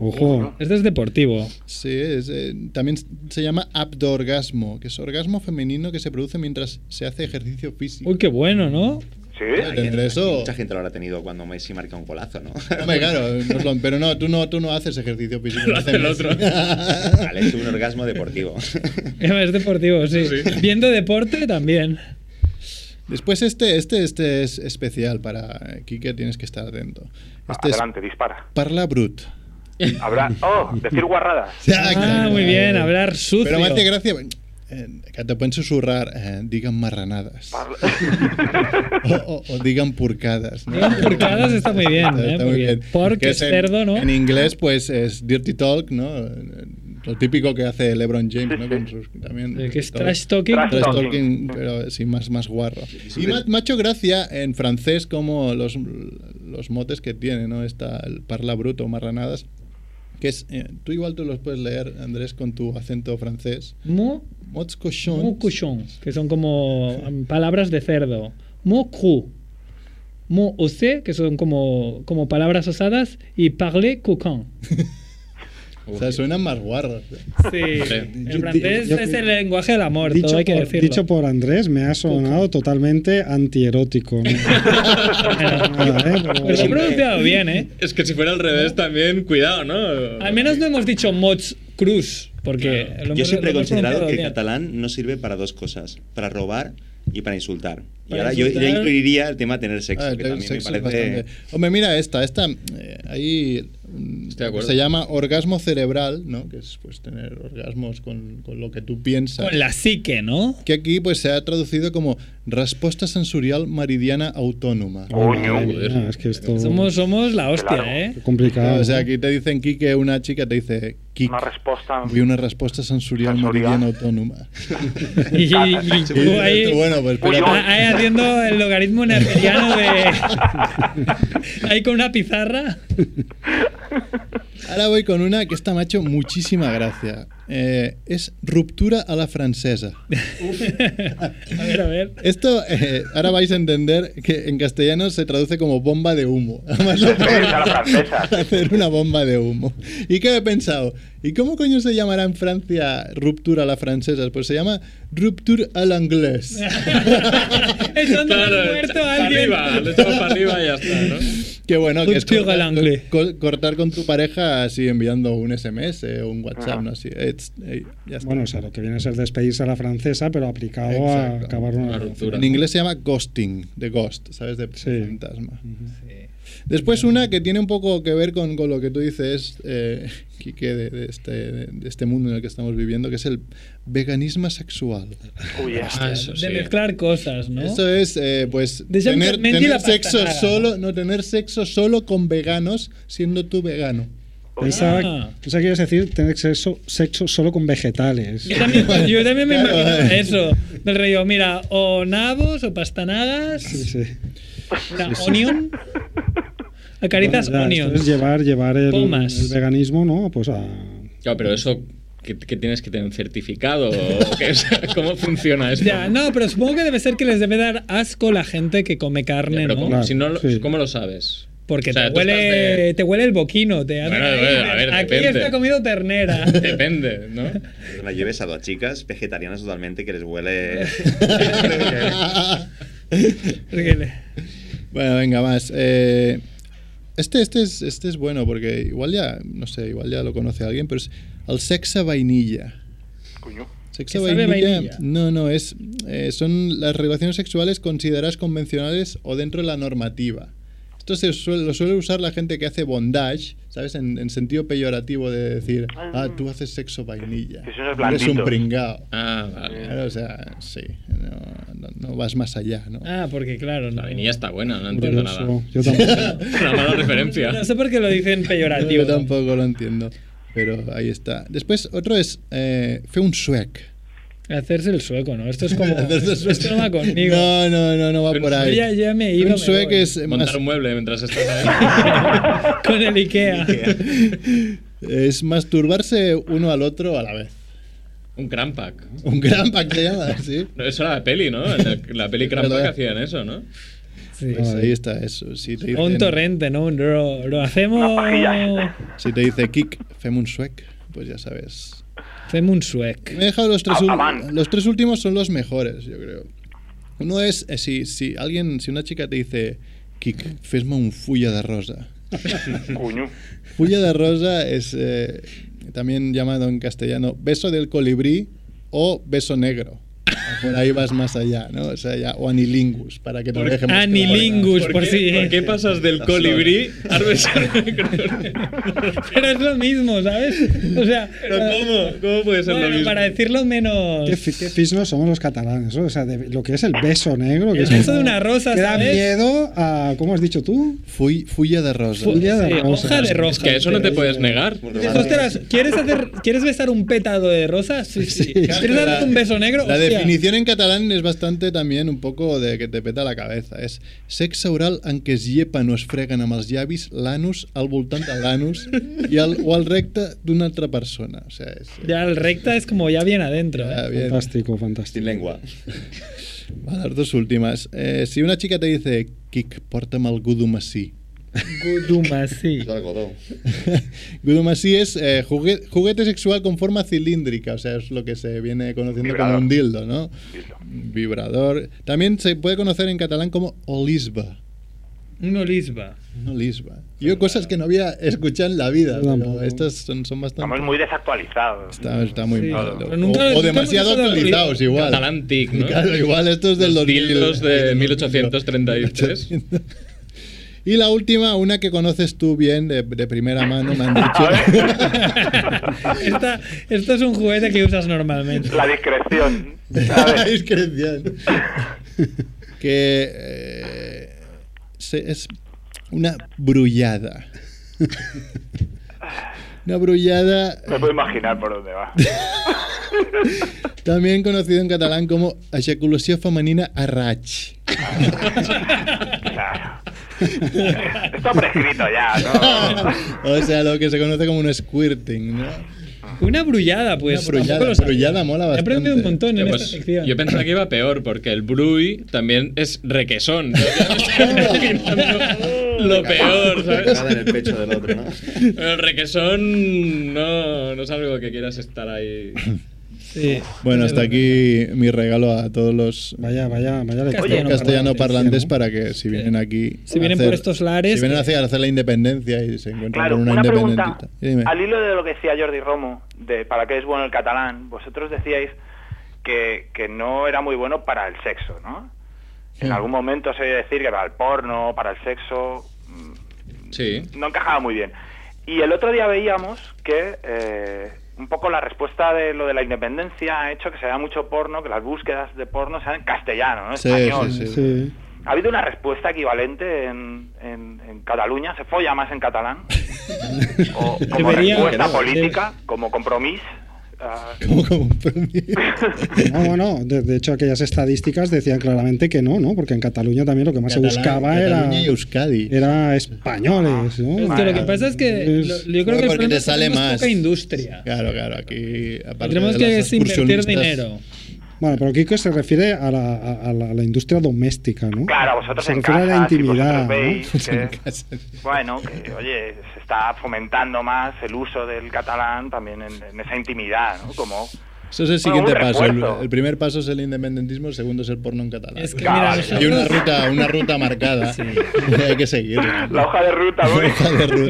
Speaker 5: Ojo.
Speaker 1: Este es deportivo.
Speaker 3: Sí, es, eh, también se llama abdorgasmo, que es orgasmo femenino que se produce mientras se hace ejercicio físico.
Speaker 1: Uy, qué bueno, ¿no?
Speaker 9: ¿Sí?
Speaker 3: Tendré eso.
Speaker 7: Mucha gente lo habrá tenido cuando Messi marca un golazo, ¿no?
Speaker 3: Hombre, claro, nos lo- pero no tú, no, tú no haces ejercicio físico.
Speaker 4: Lo hace el
Speaker 3: Messi.
Speaker 4: otro.
Speaker 7: Vale, es un orgasmo deportivo.
Speaker 1: Es deportivo, sí. Viendo deporte también.
Speaker 3: Después este, este, este es especial para Kike, tienes que estar atento. Este es
Speaker 9: Adelante, dispara.
Speaker 3: Parla Brut.
Speaker 9: Habrá. ¡Oh! Decir guarradas.
Speaker 1: Ah, muy bien, hablar sucio.
Speaker 3: Pero me hace gracia eh, que te pueden susurrar, eh, digan marranadas.
Speaker 9: Parla-
Speaker 3: O, o- o digan purcadas. ¿no?
Speaker 1: Digan purcadas, está muy bien, ¿eh?
Speaker 3: Está
Speaker 1: Muy bien. Pork
Speaker 3: Que
Speaker 1: es cerdo, ¿no?
Speaker 3: En inglés, pues es dirty talk, ¿no? Lo típico que hace LeBron James, ¿no? Con sus, también,
Speaker 1: El que es
Speaker 3: todo-
Speaker 1: trash talking.
Speaker 9: Trash
Speaker 3: trash
Speaker 9: talking.
Speaker 3: talking, pero sí, más, más guarro. Y ma- me ha hecho gracia en francés como los, los motes que tiene, ¿no? Está el parla bruto, marranadas. Que es, eh, tú igual tú los puedes leer, Andrés, con tu acento francés.
Speaker 1: Mo-
Speaker 3: Mots cochons.
Speaker 1: mo cochon, que son como mm, palabras de cerdo. Mo cru. Mo osé, que son como, como palabras osadas. Y parler coquin.
Speaker 3: O sea, suenan más guarros.
Speaker 1: Sí. El
Speaker 5: Yo-
Speaker 1: francés
Speaker 5: yo-
Speaker 1: es el lenguaje del amor,
Speaker 5: Dicho,
Speaker 1: todo hay que
Speaker 5: por,
Speaker 1: decirlo.
Speaker 5: dicho por Andrés, me ha sonado totalmente antierótico. ¿no? Nada, ¿eh?
Speaker 1: Pero
Speaker 5: Pero-
Speaker 1: lo he pronunciado bien, ¿eh?
Speaker 4: Es que si fuera al revés también, cuidado, ¿no?
Speaker 1: Al menos no hemos dicho Mots Cruz, porque
Speaker 4: Claro.
Speaker 1: lo
Speaker 7: Yo
Speaker 1: hemos-
Speaker 7: siempre he
Speaker 1: lo hemos
Speaker 7: considerado que el
Speaker 1: pronunciado
Speaker 7: catalán no sirve para dos cosas, para robar y para insultar. Y
Speaker 1: Para
Speaker 7: ahora yo- yo,
Speaker 1: insultar.
Speaker 7: incluiría el tema tener sexo,
Speaker 3: Ah,
Speaker 7: que
Speaker 3: el
Speaker 7: también
Speaker 3: sexo
Speaker 7: me
Speaker 3: es
Speaker 7: parece...
Speaker 3: bastante- Hombre, mira esta, esta eh, ahí mm,
Speaker 4: Estoy de acuerdo.
Speaker 3: se llama orgasmo cerebral, ¿no? Que es pues tener orgasmos con, con lo que tú piensas.
Speaker 1: Con la psique, ¿no?
Speaker 3: Que aquí pues se ha traducido como respuesta sensorial meridiana autónoma.
Speaker 7: Oh,
Speaker 9: Coño.
Speaker 5: Ah, es que esto
Speaker 4: Mm.
Speaker 1: Somos, somos la hostia,
Speaker 9: Claro.
Speaker 1: ¿eh?
Speaker 5: es complicado.
Speaker 3: O sea,
Speaker 5: ¿no?
Speaker 3: aquí te dicen Kike, una chica te dice Kike.
Speaker 9: Una respuesta.
Speaker 3: Vi una respuesta sensorial
Speaker 9: Sensorial.
Speaker 3: meridiana autónoma.
Speaker 1: Y, y- y
Speaker 3: Y
Speaker 1: tú
Speaker 3: dices
Speaker 1: ahí,
Speaker 3: tú, bueno, pues espérate.
Speaker 9: Uy,
Speaker 1: a- ahí haciendo el logaritmo neperiano de. ahí con una pizarra.
Speaker 3: Ahora voy con una que está, macho, muchísima gracia. Eh, es ruptura a la francesa.
Speaker 1: A ver, a ver.
Speaker 3: Esto eh, ahora vais a entender que en castellano se traduce como bomba de humo. Además, lo
Speaker 9: Ruptura a la francesa.
Speaker 3: Hacer una bomba de humo. ¿Y qué he pensado? ¿Y cómo coño se llamará en Francia ruptura a la francesa? Pues se llama rupture à l'anglais.
Speaker 1: Es donde ha muerto alguien.
Speaker 4: Arriba, lo echamos para arriba y ya está, ¿no?
Speaker 3: Qué bueno que es
Speaker 1: Rupture à l'anglais.
Speaker 3: co- cortar con tu pareja así enviando un SMS o un WhatsApp, no así. It's- eh, ya está.
Speaker 5: Bueno, o sea, lo que viene a ser despedirse a la francesa, pero aplicado
Speaker 3: Exacto.
Speaker 5: a acabar una,
Speaker 4: Una
Speaker 5: relación.
Speaker 4: ruptura.
Speaker 3: En inglés se llama ghosting, de ghost, ¿sabes? De
Speaker 5: Sí.
Speaker 3: fantasma. Después una que tiene un poco que ver con, con lo que tú dices, eh, Quique, de, de este, de este mundo en el que estamos viviendo, que es el veganismo sexual.
Speaker 9: Uy, es-
Speaker 4: Ah, eso
Speaker 1: De
Speaker 4: sí.
Speaker 1: mezclar cosas, ¿no?
Speaker 3: Eso es, eh, pues,
Speaker 1: Deixa'm que
Speaker 3: tener,
Speaker 1: et mengi
Speaker 3: tener
Speaker 1: la pasta
Speaker 3: sexo
Speaker 1: cara.
Speaker 3: solo, no tener sexo solo con veganos, siendo tú vegano.
Speaker 5: Pensaba,
Speaker 1: Ah.
Speaker 5: pensaba que ibas a decir tener sexo, sexo solo con vegetales.
Speaker 1: Yo también, yo también me
Speaker 3: Claro.
Speaker 1: imagino eso. Del rollo, mira, o nabos o pastanagas,
Speaker 5: Sí, sí.
Speaker 1: una onion. Acaricias
Speaker 5: Ya, esto
Speaker 1: onions.
Speaker 5: Es llevar, llevar el,
Speaker 1: Pomas.
Speaker 5: el veganismo, ¿no? Pues a.
Speaker 4: Claro, pero eso, ¿qué, qué tienes que tener un certificado? ¿O qué? O sea, ¿Cómo funciona esto?
Speaker 1: Ya, no, pero supongo que debe ser que les debe dar asco la gente que come
Speaker 4: Ya,
Speaker 1: carne, ¿no?
Speaker 4: pero ¿cómo,
Speaker 5: Claro,
Speaker 4: si no lo-
Speaker 5: sí.
Speaker 4: ¿cómo lo sabes?
Speaker 1: Porque
Speaker 4: O sea,
Speaker 1: te,
Speaker 4: tú
Speaker 1: huele,
Speaker 4: estás de-
Speaker 1: te huele el boquino. Te hacen
Speaker 4: Bueno,
Speaker 1: ahí,
Speaker 4: bueno, a ver,
Speaker 1: Aquí
Speaker 4: depende.
Speaker 1: está comido ternera.
Speaker 4: Depende, ¿no?
Speaker 7: La lleves a dos chicas vegetarianas totalmente que les huele.
Speaker 1: Porque le-
Speaker 3: Bueno, venga, más. Eh, este, este, es, este es bueno porque igual ya, no sé, igual ya lo conoce alguien, pero es al sexa vainilla.
Speaker 9: Coño.
Speaker 3: Sexo
Speaker 1: ¿Qué sabe
Speaker 3: vainilla,
Speaker 1: vainilla?
Speaker 3: No, no, es, eh, son las relaciones sexuales consideradas convencionales o dentro de la normativa. Esto se suele, lo suele usar la gente que hace bondage, ¿sabes? En, en sentido peyorativo de decir, ah, tú haces sexo vainilla.
Speaker 9: Que son
Speaker 3: Eres un
Speaker 9: los blanditos.
Speaker 3: pringao.
Speaker 4: Ah, vale.
Speaker 3: Claro, o sea, sí, no, no- no vas más allá, ¿no?
Speaker 1: Ah, porque claro, no.
Speaker 4: La vainilla está buena, no entiendo nada.
Speaker 5: Curioso. Yo tampoco.
Speaker 4: Una mala referencia.
Speaker 1: No sé por qué lo dicen peyorativo.
Speaker 3: Yo tampoco lo entiendo, pero ahí está. Después, otro es, eh, fue un suec.
Speaker 1: Hacerse el sueco, ¿no? Esto es como. esto no va conmigo.
Speaker 3: No, no, no, no va
Speaker 4: Fue un
Speaker 3: por
Speaker 1: Yo
Speaker 3: ahí.
Speaker 1: ya, ya me he ido.
Speaker 3: Fue
Speaker 1: me
Speaker 3: un suec
Speaker 1: voy.
Speaker 3: es eh, más,
Speaker 4: Montar un mueble mientras estás ahí.
Speaker 1: Con el Ikea.
Speaker 3: es masturbarse uno al otro a la vez.
Speaker 4: Un crampack.
Speaker 3: Un gran pack se llama, sí.
Speaker 4: No, eso era la peli, ¿no? En la, la peli crampack hacían eso, ¿no?
Speaker 1: Sí.
Speaker 3: Pues ahí está eso. Si te
Speaker 1: O un
Speaker 3: dicen-
Speaker 1: torrente, ¿no? Un ro- Lo hacemos.
Speaker 9: pajilla.
Speaker 3: Si te dice kick, fem un suec, pues ya sabes.
Speaker 1: Hacemos un suec.
Speaker 3: Me he dejado los tres,
Speaker 9: Ah,
Speaker 3: ul-
Speaker 9: Avan.
Speaker 3: los tres últimos son los mejores, yo creo. Uno es eh, si, si alguien, si una chica te dice kick, fesma un fulla de rosa.
Speaker 9: Coño.
Speaker 3: Fulla de rosa es eh, también llamado en castellano beso del colibrí o beso negro. Por ahí vas más allá, ¿no? O, sea, ya- o anilingus, para que te lo dejemos.
Speaker 1: Anilingus, por,
Speaker 4: ¿Por,
Speaker 1: si.
Speaker 4: qué, por qué pasas del colibrí al besar
Speaker 1: Pero es lo mismo, ¿sabes? O sea. eh,
Speaker 4: ¿Pero cómo? ¿Cómo puede ser lo
Speaker 1: Bueno,
Speaker 4: mismo?
Speaker 1: para decirlo menos.
Speaker 5: ¿Qué, fi- qué fisnos somos los catalanes? ¿no? O sea, de- lo que es el beso negro. Que
Speaker 1: El
Speaker 5: es
Speaker 1: beso
Speaker 5: como-
Speaker 1: de una rosa,
Speaker 5: Que da
Speaker 1: ¿sabes?
Speaker 5: miedo a. ¿Cómo has dicho tú?
Speaker 3: Fui- fulla de rosa.
Speaker 1: Fu-
Speaker 5: Fulla de
Speaker 1: sí,
Speaker 5: rosa.
Speaker 1: hoja de roja.
Speaker 4: Es que a eso no te puedes negar.
Speaker 1: Dices, Ostras, ¿quieres, hacer, ¿quieres besar un pétalo de rosa? Sí, sí. ¿Quieres
Speaker 3: La-
Speaker 1: darte un beso negro?
Speaker 3: La
Speaker 1: Hostia.
Speaker 3: definición en catalán es bastante también un poco de que te peta la cabeza. Es sexe oral en què es llepen o es freguen amb els llavis l'anus al voltant de l'anus i al, o al recte d'una altra persona. O sea, es,
Speaker 1: Ya el recta es como ya bien adentro. ¿eh?
Speaker 3: Ah, bien.
Speaker 5: Fantástico, fantástico.
Speaker 7: Sin lengua.
Speaker 3: Va, las dos últimas. Eh, si una chica te dice Kik, porta'm el gudumasí.
Speaker 1: Gudumasí.
Speaker 7: algodón.
Speaker 3: gudumasí es eh, jugue- juguete sexual con forma cilíndrica, o sea, es lo que se viene conociendo
Speaker 9: Vibrador.
Speaker 3: como un dildo, ¿no?
Speaker 9: Listo.
Speaker 3: Vibrador. También se puede conocer en catalán como olisba.
Speaker 1: Un olisba.
Speaker 3: No Lisba. Yo cosas que no había escuchado en la vida,
Speaker 5: Yo
Speaker 3: pero
Speaker 5: tampoco.
Speaker 3: estas son, son bastante...
Speaker 9: Estamos muy desactualizados.
Speaker 3: Está, está muy
Speaker 1: Sí.
Speaker 3: mal.
Speaker 1: Pero
Speaker 3: O-
Speaker 1: nunca-
Speaker 3: o,
Speaker 1: nunca
Speaker 3: demasiado
Speaker 1: hemos usado el-
Speaker 3: actualizados igual.
Speaker 4: Catalán tic, ¿no?
Speaker 3: Claro, igual esto es del
Speaker 4: Los
Speaker 3: 2000.
Speaker 4: dildos de 1833.
Speaker 3: Y la última, una que conoces tú bien de, de primera mano, me han dicho.
Speaker 1: Esta, esto es un juguete que usas normalmente.
Speaker 9: La discreción.
Speaker 3: La
Speaker 9: ¿sabes?
Speaker 3: discreción. que eh, se- es una brullada. una brullada
Speaker 9: Me puedo imaginar por dónde va.
Speaker 3: También conocido en catalán como eyaculación femenina arrach.
Speaker 9: Claro. Esto prescrito ya, ¿no?
Speaker 3: o sea, lo que se conoce como un squirting, ¿no?
Speaker 10: Una brullada, pues.
Speaker 3: Una brullada,
Speaker 10: tampoco lo sabía.
Speaker 3: brullada mola
Speaker 10: He
Speaker 3: bastante.
Speaker 10: aprendido un montón en
Speaker 11: Pues,
Speaker 10: esta sección.
Speaker 11: yo pensaba que iba peor, porque el bruy también es requesón. ¿no? Ya me estoy imaginando lo peor, ¿sabes?
Speaker 6: Nada en el pecho del otro, ¿no?
Speaker 11: Pero el requesón no, no es algo que quieras estar ahí.
Speaker 10: Sí.
Speaker 3: Bueno, hasta aquí mi regalo a todos los
Speaker 5: Vaya, vaya, vaya. lectura.
Speaker 3: castellano, parlantes para que si vienen aquí.
Speaker 10: Si
Speaker 3: a
Speaker 10: vienen por estos lares,
Speaker 3: Si vienen
Speaker 10: que-
Speaker 3: hacia hacer la independencia y se encuentran
Speaker 9: Claro,
Speaker 3: con una,
Speaker 9: una pregunta.
Speaker 3: independentita. Dime.
Speaker 9: Al hilo de lo que decía Jordi Romo, de para qué es bueno el catalán, vosotros decíais que, que no era muy bueno para el sexo, ¿no? En algún momento se oye decir que para el porno, para el sexo, mm,
Speaker 11: Sí.
Speaker 9: no encajaba muy bien. Y el otro día veíamos que eh, un poco la respuesta de lo de la independencia ha hecho que se vea mucho porno, que las búsquedas de porno sean en castellano, ¿no?
Speaker 3: Sí,
Speaker 9: Español.
Speaker 3: sí, sí.
Speaker 5: Sí.
Speaker 9: ¿Ha habido una respuesta equivalente en, en- en Cataluña? ¿Se folla más en catalán? ¿O como
Speaker 10: Debería- Debería.
Speaker 9: respuesta política? ¿Como compromiso? Ah,
Speaker 3: Como compromiso.
Speaker 5: No, bueno, de, de hecho aquellas estadísticas decían claramente que no, ¿no? Porque en Cataluña también lo que más
Speaker 3: Catalán-
Speaker 5: se buscaba era,
Speaker 3: Cataluña y Euskadi.
Speaker 5: era españoles, ¿no?
Speaker 10: Es que lo que pasa es que
Speaker 5: Es-
Speaker 10: lo- yo creo que el
Speaker 3: Ah, porque
Speaker 10: problema
Speaker 3: te
Speaker 10: es que
Speaker 3: sale
Speaker 10: tenemos
Speaker 3: más.
Speaker 10: poca industria.
Speaker 3: Claro, claro, aquí aparte
Speaker 10: Tenemos
Speaker 3: de
Speaker 10: que
Speaker 3: las
Speaker 10: es invertir
Speaker 3: excursionistas-
Speaker 10: dinero.
Speaker 5: Bueno, pero Kiko se refiere a la, a- a la- a la industria doméstica, ¿no?
Speaker 9: Claro, a vosotros
Speaker 5: Se
Speaker 9: en
Speaker 5: refiere a la
Speaker 9: casa, si
Speaker 5: intimidad,
Speaker 9: vosotros veis
Speaker 5: ¿no?
Speaker 9: que- Bueno, que oye, se está fomentando más el uso del catalán también en, en esa intimidad, ¿no? Como,
Speaker 3: Eso es el
Speaker 9: Bueno, un
Speaker 3: siguiente paso. El,
Speaker 9: refuerzo.
Speaker 3: el primer paso es el independentismo, el segundo es el porno en catalán.
Speaker 10: Es que
Speaker 9: Claro,
Speaker 10: mira,
Speaker 9: hay
Speaker 10: nosotros-
Speaker 3: Hay una ruta, una ruta marcada. Hay que seguir.
Speaker 9: la hoja de ruta, güey.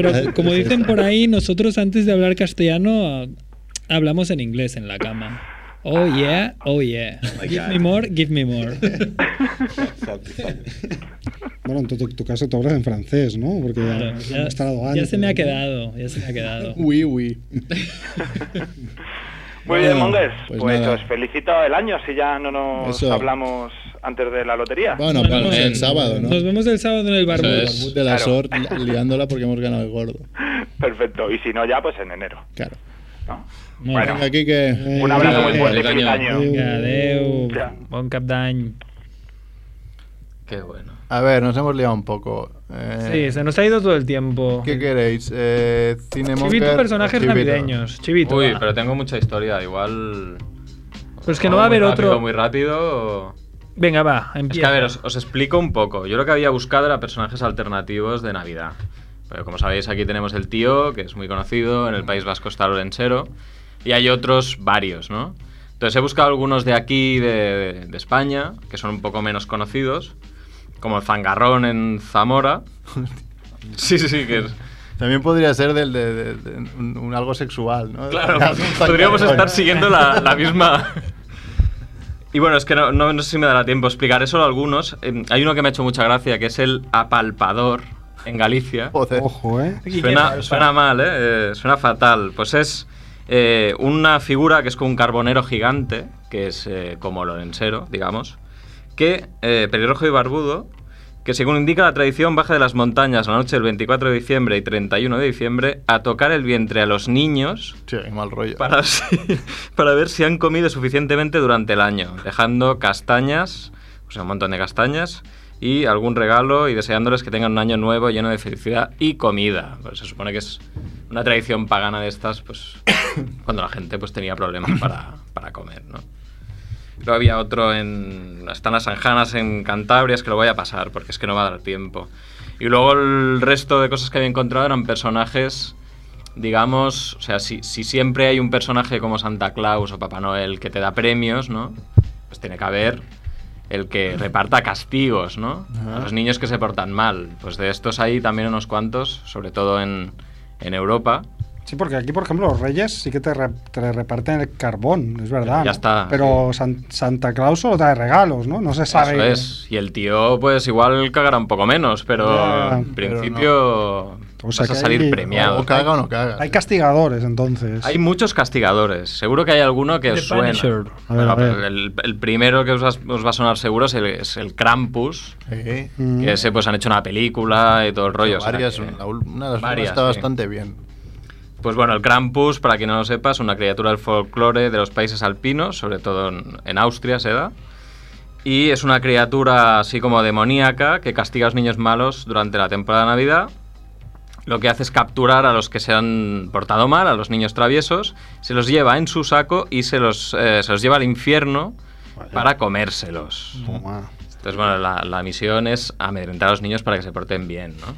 Speaker 10: Pero como dicen por ahí, nosotros antes de hablar castellano ah, hablamos en inglés en la cama. Oh yeah, oh yeah. Give me more, give me more.
Speaker 5: Bueno, en tu, tu caso tú hablas en francés, ¿no? Porque
Speaker 10: Claro,
Speaker 5: ya,
Speaker 10: ya,
Speaker 5: has estado
Speaker 10: ya
Speaker 5: antes.
Speaker 10: se me ha
Speaker 5: ¿no?
Speaker 10: quedado, ya se me ha quedado.
Speaker 3: Uy, uy.
Speaker 9: Muy bien,
Speaker 3: Bueno,
Speaker 9: Mongers.
Speaker 3: pues
Speaker 9: Pues,
Speaker 3: nada.
Speaker 9: os felicito el año si ya no nos
Speaker 3: Eso.
Speaker 9: hablamos antes de la lotería.
Speaker 3: Bueno,
Speaker 10: Nos
Speaker 3: pues
Speaker 10: vemos
Speaker 3: el sábado, ¿no?
Speaker 10: Nos vemos el sábado en el
Speaker 11: Eso
Speaker 10: barbudo.
Speaker 11: es.
Speaker 3: de la
Speaker 9: Claro.
Speaker 3: sort li- liándola porque hemos ganado el gordo.
Speaker 9: Perfecto. Y si no, ya pues en enero.
Speaker 3: Claro.
Speaker 9: ¿no?
Speaker 10: Muy
Speaker 9: Bueno,
Speaker 3: Venga, Quique.
Speaker 9: un abrazo muy
Speaker 11: eh,
Speaker 9: fuerte y feliz
Speaker 11: coño.
Speaker 9: año.
Speaker 10: bien. Venga, adeu.
Speaker 9: Ya.
Speaker 1: Bon cap d'any.
Speaker 11: Qué bueno.
Speaker 3: A ver, nos hemos liado un poco. Eh,
Speaker 1: Sí, se nos ha ido todo el tiempo.
Speaker 3: ¿Qué queréis? Eh, Cinemonger.
Speaker 1: Chivito, personajes
Speaker 3: Chivito.
Speaker 1: navideños. Chivito.
Speaker 4: Uy,
Speaker 1: va.
Speaker 4: pero tengo mucha historia, igual.
Speaker 1: Pero es que
Speaker 4: o
Speaker 1: no va a
Speaker 4: muy
Speaker 1: haber
Speaker 4: rápido,
Speaker 1: otro.
Speaker 4: Muy rápido.
Speaker 1: Venga, va,
Speaker 4: Es
Speaker 1: empieza.
Speaker 4: que a ver, os, os explico un poco. Yo lo que había buscado era personajes alternativos de Navidad. Pero como sabéis, aquí tenemos el tío, que es muy conocido, en el País Vasco está Lorenzero, y hay otros varios, ¿no? Entonces he buscado algunos de aquí, de, de España, que son un poco menos conocidos, como el Fangarrón en Zamora. Sí, sí, sí, que es-
Speaker 3: También podría ser del, de, de- de- un, un algo sexual, ¿no?
Speaker 4: Claro,
Speaker 3: Un fantasma.
Speaker 4: podríamos estar siguiendo la, la misma. Y bueno, es que no, no- no sé si me dará tiempo a explicar solo algunos. Eh, hay uno que me ha hecho mucha gracia, que es el apalpador en Galicia.
Speaker 3: Joder.
Speaker 5: Ojo, ¿eh?
Speaker 1: Quique,
Speaker 4: Suena,
Speaker 1: falso.
Speaker 4: suena mal, ¿eh? Eh, Suena fatal. Pues es eh, una figura que es como un carbonero gigante, que es eh, como Lorenzero, digamos, que, eh, pelirrojo y barbudo, que según indica la tradición baja de las montañas la noche del 24 de diciembre y 31 de diciembre a tocar el vientre a los niños
Speaker 3: Sí, qué mal rollo.
Speaker 4: para, si- para ver si han comido suficientemente durante el año, dejando castañas, o sea, un montón de castañas, y algún regalo y deseándoles que tengan un año nuevo lleno de felicidad y comida. Pues se supone que es una tradición pagana de estas, pues cuando la gente pues, tenía problemas para, para comer, ¿no? Luego había otro en. Están las Anjanas en Cantabria, es que lo voy a pasar porque es que no va a dar tiempo. Y luego el resto de cosas que había encontrado eran personajes, digamos, o sea, si, si siempre hay un personaje como Santa Claus o Papá Noel que te da premios, ¿no? Pues tiene que haber el que reparta castigos, ¿no? A los niños que se portan mal. Pues de estos hay también unos cuantos, sobre todo en, en Europa.
Speaker 5: Sí, porque aquí, por ejemplo, los reyes sí que te, re- te reparten el carbón, es verdad.
Speaker 4: Ya
Speaker 5: ¿no?
Speaker 4: está.
Speaker 5: Pero San- Santa Claus solo trae regalos, ¿no? No se sabe.
Speaker 4: Eso es. Y el tío, pues igual cagará un poco menos, pero
Speaker 5: Ya,
Speaker 4: en
Speaker 3: pero
Speaker 4: principio
Speaker 5: O
Speaker 4: vas
Speaker 5: sea
Speaker 4: a
Speaker 5: que
Speaker 4: salir
Speaker 5: hay-
Speaker 4: premiado.
Speaker 3: O caga o no caga.
Speaker 5: Hay castigadores, entonces.
Speaker 4: Hay muchos castigadores. Seguro que hay alguno que
Speaker 1: The
Speaker 4: os suena.
Speaker 1: Punisher.
Speaker 5: A ver,
Speaker 4: No,
Speaker 5: a ver.
Speaker 4: pero El, el primero que os, vas- os va a sonar seguro es el, es el Krampus.
Speaker 3: Sí.
Speaker 5: Mm.
Speaker 4: Que ese, pues han hecho una película y todo el rollo. o sea
Speaker 3: varias,
Speaker 4: que-
Speaker 3: la ul- una de las
Speaker 4: varias,
Speaker 3: últimas está
Speaker 4: sí.
Speaker 3: bastante bien.
Speaker 4: Pues bueno, el Krampus, para quien no lo sepa, es una criatura del folclore de los países alpinos, sobre todo en, en Austria se da. Y es una criatura así como demoníaca que castiga a los niños malos durante la temporada de Navidad. Lo que hace es capturar a los que se han portado mal, a los niños traviesos, se los lleva en su saco y se los, eh, se los lleva al infierno para comérselos. Entonces, bueno, la, la misión es amedrentar a los niños para que se porten bien, ¿no?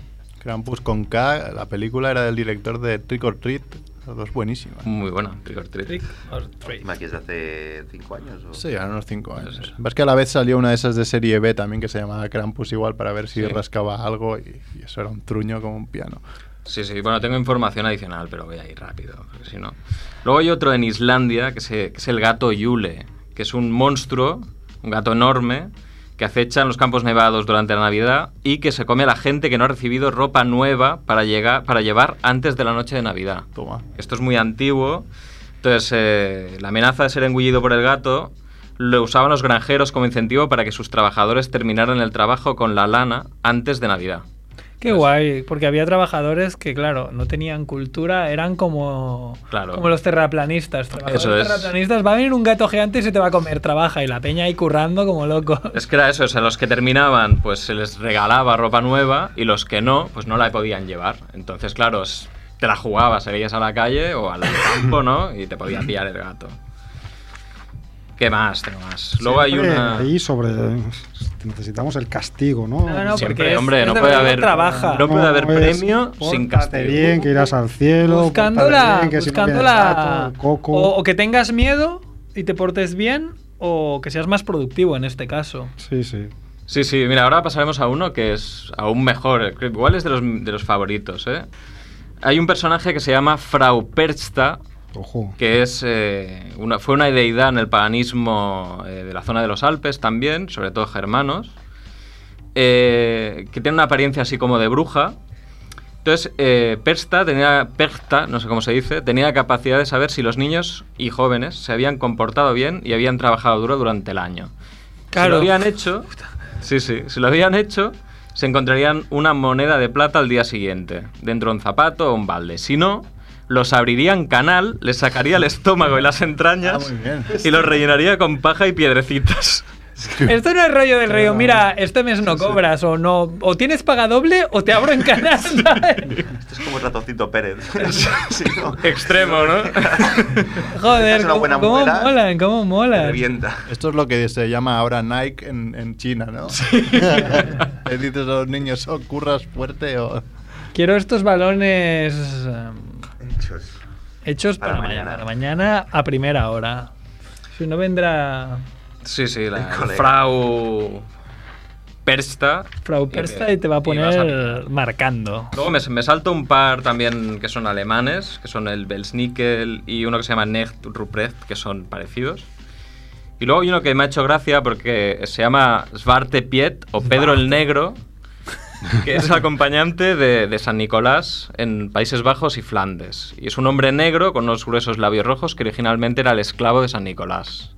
Speaker 3: Krampus con K, la película era del director de Trick or Treat. Las dos buenísimas.
Speaker 4: Muy buena, Trick or Treat.
Speaker 2: Ma, que es de hace 5 años. ¿o?
Speaker 3: Sí, eran unos 5 años. Ves que a la vez salió una de esas de serie B también que se llamaba Krampus igual para ver si
Speaker 4: Sí.
Speaker 3: rascaba algo y, y eso era un truño como un piano.
Speaker 4: Sí, sí, bueno, tengo información adicional, pero voy a ir rápido, porque si no. Luego hay otro en Islandia, que, se- que es el gato Yule, que es un monstruo, un gato enorme, que acecha en los campos nevados durante la Navidad y que se come a la gente que no ha recibido ropa nueva para, llegar, para llevar antes de la noche de Navidad.
Speaker 3: Toma.
Speaker 4: Esto es muy antiguo. Entonces, eh, la amenaza de ser engullido por el gato lo usaban los granjeros como incentivo para que sus trabajadores terminaran el trabajo con la lana antes de Navidad.
Speaker 2: Pues
Speaker 1: Qué guay, porque había trabajadores que, claro, no tenían cultura, eran como,
Speaker 4: Claro.
Speaker 1: como los terraplanistas. Trabajadores
Speaker 4: Eso es.
Speaker 1: terraplanistas, va a venir un gato gigante y se te va a comer, trabaja, y la peña ahí currando como loco.
Speaker 4: Es que era eso, o sea, los que terminaban, pues se les regalaba ropa nueva y los que no, pues no la podían llevar. Entonces, claro, s- te la jugabas, salías a la calle o al campo, ¿no? Y te podía pillar el gato. ¿Qué más? Tengo más. Luego hay
Speaker 5: Siempre
Speaker 4: una.
Speaker 5: Ahí sobre. Necesitamos el castigo, ¿no?
Speaker 1: No, no,
Speaker 4: Siempre,
Speaker 1: porque es-
Speaker 4: hombre,
Speaker 1: es
Speaker 4: no
Speaker 1: de
Speaker 4: puede
Speaker 1: verdad
Speaker 4: haber-
Speaker 1: trabaja.
Speaker 4: no puede haber
Speaker 5: es-
Speaker 4: premio sin
Speaker 5: Pórtate
Speaker 4: castigo.
Speaker 5: bien, que irás al cielo.
Speaker 1: Buscándola,
Speaker 5: pórtate bien, eh, que si no vienes
Speaker 1: buscándola.
Speaker 5: gato, coco.
Speaker 1: o, o que tengas miedo y te portes bien, o que seas más productivo en este caso.
Speaker 5: Sí, sí.
Speaker 4: Sí, sí, mira, ahora pasaremos a uno que es aún mejor. creo que Igual es de los, de los favoritos, ¿eh? Hay un personaje que se llama Frau Perchta,
Speaker 5: Ojo.
Speaker 4: que es, eh, una, fue una deidad en el paganismo eh, de la zona de los Alpes también, sobre todo germanos, eh, que tiene una apariencia así como de bruja. Entonces, eh, Persta tenía, Perchta, no sé cómo se dice, tenía la capacidad de saber si los niños y jóvenes se habían comportado bien y habían trabajado duro durante el año. Si
Speaker 1: Claro.
Speaker 4: lo habían hecho, sí, sí, si lo habían hecho, se encontrarían una moneda de plata al día siguiente, dentro de un zapato o un balde. Si no, los abrirían canal, les sacaría el estómago y las
Speaker 2: Ah,
Speaker 4: entrañas y los rellenaría con paja y piedrecitas.
Speaker 1: Esto no es rollo del rollo, mira, este mes no cobras, o no, o tienes paga doble o te abro en canasta.
Speaker 2: Esto Este es como el ratoncito Pérez. Sí, ¿no?
Speaker 4: Extremo, ¿no?
Speaker 1: Joder,
Speaker 2: Es una buena
Speaker 1: cómo, cómo
Speaker 2: muela.
Speaker 1: molan, cómo
Speaker 2: Te
Speaker 1: molan.
Speaker 2: Revienta.
Speaker 3: Esto es lo que se llama ahora Nike en, en China, ¿no? Le dices a los niños, o curras fuerte o...
Speaker 1: Quiero estos balones em,
Speaker 2: Hechos.
Speaker 1: hechos para,
Speaker 2: Para
Speaker 1: mañana.
Speaker 2: mañana.
Speaker 1: para mañana a primera hora. Si no vendrá
Speaker 4: Sí, sí, la
Speaker 2: El colega.
Speaker 4: Frau Persta.
Speaker 1: Frau Persta y te va a
Speaker 4: vas
Speaker 1: poner marcando.
Speaker 4: Luego me, me salto un par también que son alemanes, que son el Belsnickel y uno que se llama Necht Ruprecht, que son parecidos. Y luego hay uno que me ha hecho gracia porque se llama Svarte Piet o Pedro el Negro, que es el acompañante de, de San Nicolás en Países Bajos y Flandes. Y es un hombre negro con unos gruesos labios rojos que originalmente era el esclavo de San Nicolás.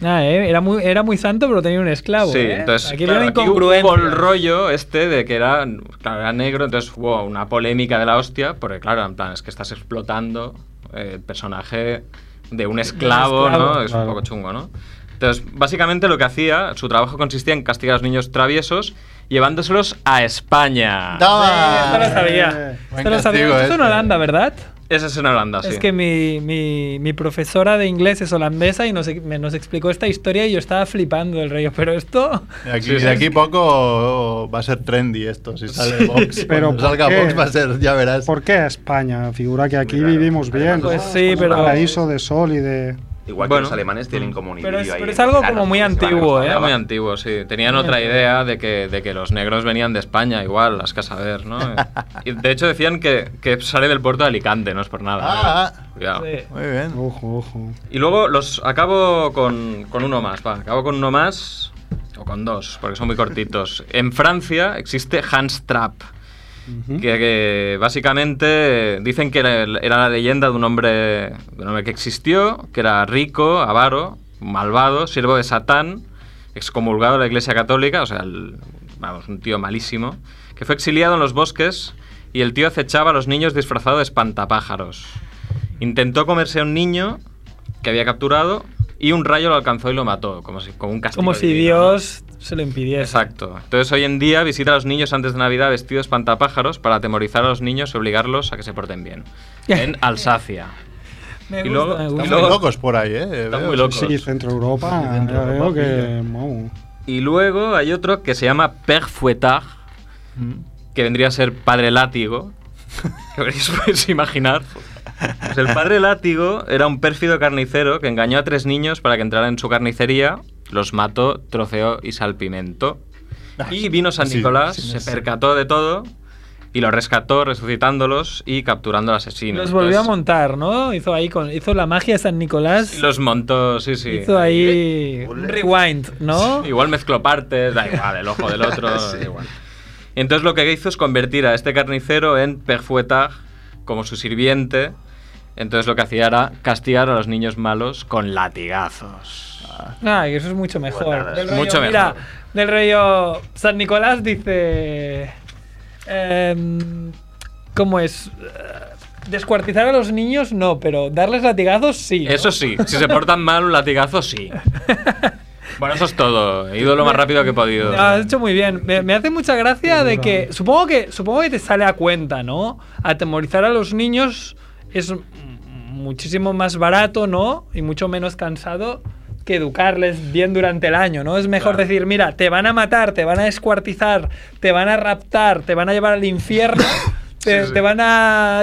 Speaker 1: Ah, ¿eh? era, muy, era muy santo, pero tenía un esclavo.
Speaker 4: Sí,
Speaker 1: ¿eh?
Speaker 4: entonces
Speaker 1: aquí
Speaker 4: claro,
Speaker 1: veo
Speaker 4: aquí
Speaker 1: incongruencia.
Speaker 4: hubo el rollo este de que era, claro, era negro, entonces hubo una polémica de la hostia, porque claro, en plan, es que estás explotando eh, el personaje de un esclavo,
Speaker 1: esclavo,
Speaker 4: ¿no? Es
Speaker 5: claro.
Speaker 4: un poco chungo, ¿no? Entonces, básicamente lo que hacía, su trabajo consistía en castigar a los niños traviesos llevándoselos a España.
Speaker 1: Ah, Esto lo
Speaker 3: ¡Toma!
Speaker 1: sabía.
Speaker 5: Eh,
Speaker 3: Buen
Speaker 1: Esto lo sabía. Esto
Speaker 3: castigo
Speaker 1: es en
Speaker 3: este.
Speaker 1: Holanda, ¿verdad?
Speaker 4: Esa es en Holanda, eh, ah, sí.
Speaker 1: Es que mi, mi- mi profesora de inglés es holandesa y nos, me- nos explicó esta historia y yo estaba flipando del rollo. Pero esto.
Speaker 3: De aquí,
Speaker 4: Sí, sí.
Speaker 3: de aquí poco oh, va a ser trendy esto, si sale Vox.
Speaker 5: Pero
Speaker 3: Pero
Speaker 5: ¿por
Speaker 3: salga
Speaker 5: qué?
Speaker 3: Vox va a ser, ya verás.
Speaker 5: ¿Por qué España? Figura que aquí
Speaker 2: Claro.
Speaker 5: vivimos bien.
Speaker 1: Pues
Speaker 5: ¿no?
Speaker 1: sí,
Speaker 5: Un
Speaker 1: pero-
Speaker 5: Paraíso de sol y de.
Speaker 2: Igual
Speaker 4: Bueno.
Speaker 2: que los alemanes tienen como un
Speaker 1: Pero es-
Speaker 2: idilio ahí
Speaker 1: pero es
Speaker 2: en
Speaker 1: algo
Speaker 2: verano,
Speaker 1: como muy
Speaker 2: que se van a
Speaker 1: antiguo,
Speaker 2: Costa
Speaker 1: ¿eh?
Speaker 4: Era
Speaker 2: Brava.
Speaker 4: muy antiguo, sí. Tenían otra idea de que, de que los negros venían de España, igual, las que a saber, ¿no? Y de hecho decían que, que sale del puerto de Alicante, no es por nada.
Speaker 3: Ah,
Speaker 4: ¿eh? Cuidado.
Speaker 1: Sí.
Speaker 3: Muy bien.
Speaker 5: Ojo, ojo.
Speaker 4: Y luego los acabo con, con uno más, va, acabo con uno más o con dos, porque son muy cortitos. En Francia existe Hans Trapp,
Speaker 5: Ujú.
Speaker 4: que, que básicamente dicen que era, el- era la leyenda de un, hombre, de un hombre que existió, que era rico, avaro, malvado, siervo de Satán, excomulgado de la Iglesia Católica, o sea, el- vamos, un tío malísimo, que fue exiliado en los bosques y el tío acechaba a los niños disfrazado de espantapájaros. Intentó comerse a un niño que había capturado y un rayo lo alcanzó y lo mató, como si como un castigo.
Speaker 1: Como si
Speaker 4: divino, ¿no?
Speaker 1: Dios se lo impidiese.
Speaker 4: Exacto. Entonces hoy en día visita a los niños antes de Navidad vestidos pantapájaros para atemorizar a los niños y obligarlos a que se porten bien. En Alsacia.
Speaker 1: Me
Speaker 4: Y
Speaker 1: gusta,
Speaker 4: luego-
Speaker 1: me
Speaker 4: y
Speaker 1: gusta.
Speaker 4: luego-
Speaker 3: Muy locos por ahí, ¿eh?
Speaker 4: Están
Speaker 3: Veo.
Speaker 4: muy locos.
Speaker 5: Sí, Centro Europa.
Speaker 3: Sí, Centro
Speaker 5: ya
Speaker 3: Europa,
Speaker 5: veo que.
Speaker 3: pilla.
Speaker 5: vamos.
Speaker 4: Y luego hay otro que se llama Père Fouettard,
Speaker 3: Mm.
Speaker 4: que vendría a ser Padre Látigo. Que os podéis imaginar. Pues el Padre Látigo era un pérfido carnicero que engañó a tres niños para que entraran en su carnicería, los mató, trofeó y salpimentó. Y vino San
Speaker 3: Ah, sí,
Speaker 4: Nicolás,
Speaker 3: sí,
Speaker 4: se
Speaker 3: sí.
Speaker 4: percató de todo y los rescató resucitándolos y capturando al asesino.
Speaker 1: Los volvió a
Speaker 4: Entonces,
Speaker 1: montar, ¿no? Hizo ahí con, hizo la magia de San Nicolás.
Speaker 4: Los montó, sí, sí.
Speaker 1: Hizo ahí un rewind, ¿no?
Speaker 4: Igual mezcló partes, da igual, el ojo del otro, da igual. Y entonces lo que hizo es convertir a este carnicero en perfuetag como su sirviente. Entonces lo que hacía era castigar a los niños malos con latigazos.
Speaker 1: Ah, y eso es mucho mejor. Del rollo,
Speaker 4: Mucho
Speaker 1: Mira,
Speaker 4: mejor.
Speaker 1: del rollo San Nicolás dice... em, ¿Cómo es? Eh, Descuartizar a los niños no, pero darles latigazos sí. ¿no?
Speaker 4: Eso sí, si se portan mal, un latigazo sí. Bueno, eso es todo. He ido lo más rápido que he podido.
Speaker 1: Lo Ah, has hecho muy bien. Me, me hace mucha gracia de que supongo que supongo que te sale a cuenta, ¿no? Atemorizar a los niños es m- muchísimo más barato, ¿no? Y mucho menos cansado que educarles bien durante el año, ¿no? Es mejor decir, mira, te van a matar, te van a descuartizar, te van a raptar, te van a llevar al infierno, te,
Speaker 4: sí.
Speaker 1: te van a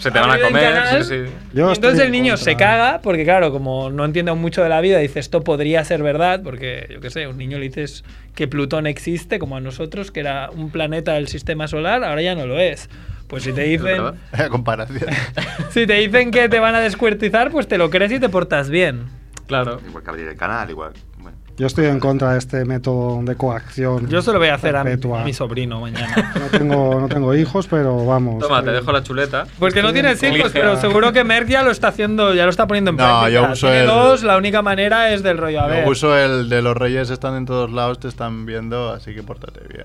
Speaker 4: Se te van a
Speaker 1: abrir el
Speaker 4: comer,
Speaker 1: canal,
Speaker 4: sí, sí.
Speaker 1: y
Speaker 5: Yo
Speaker 1: entonces
Speaker 5: estoy
Speaker 1: el
Speaker 5: en
Speaker 1: niño
Speaker 5: contra.
Speaker 1: se caga, porque claro, como no entiende aún mucho de la vida, dice esto podría ser verdad, porque yo qué sé, a un niño le dices que Plutón existe, como a nosotros, que era un planeta del sistema solar, ahora ya no lo es. Pues si te dicen,
Speaker 4: verdad.
Speaker 3: A comparación.
Speaker 1: si te dicen que te van a descuartizar, pues te lo crees y te portas bien.
Speaker 4: Claro.
Speaker 2: Igual que abrir el canal, igual. Bueno.
Speaker 5: Yo estoy en contra de este método de coacción.
Speaker 1: Yo se lo voy a hacer a mi,
Speaker 5: Perpetua.
Speaker 1: a mi sobrino mañana.
Speaker 5: No tengo, no tengo hijos, pero vamos. eh,
Speaker 4: Toma, te dejo la chuleta.
Speaker 1: Porque Pues no tienes hijos,
Speaker 4: Elige.
Speaker 1: pero seguro que Merck ya lo está haciendo, ya lo está poniendo en
Speaker 3: No,
Speaker 1: práctica.
Speaker 3: yo uso
Speaker 1: Tiene
Speaker 3: el-
Speaker 1: dos, la única manera es del rollo. A ver.
Speaker 3: Yo uso el de los reyes están en todos lados, te están viendo, así que pórtate bien.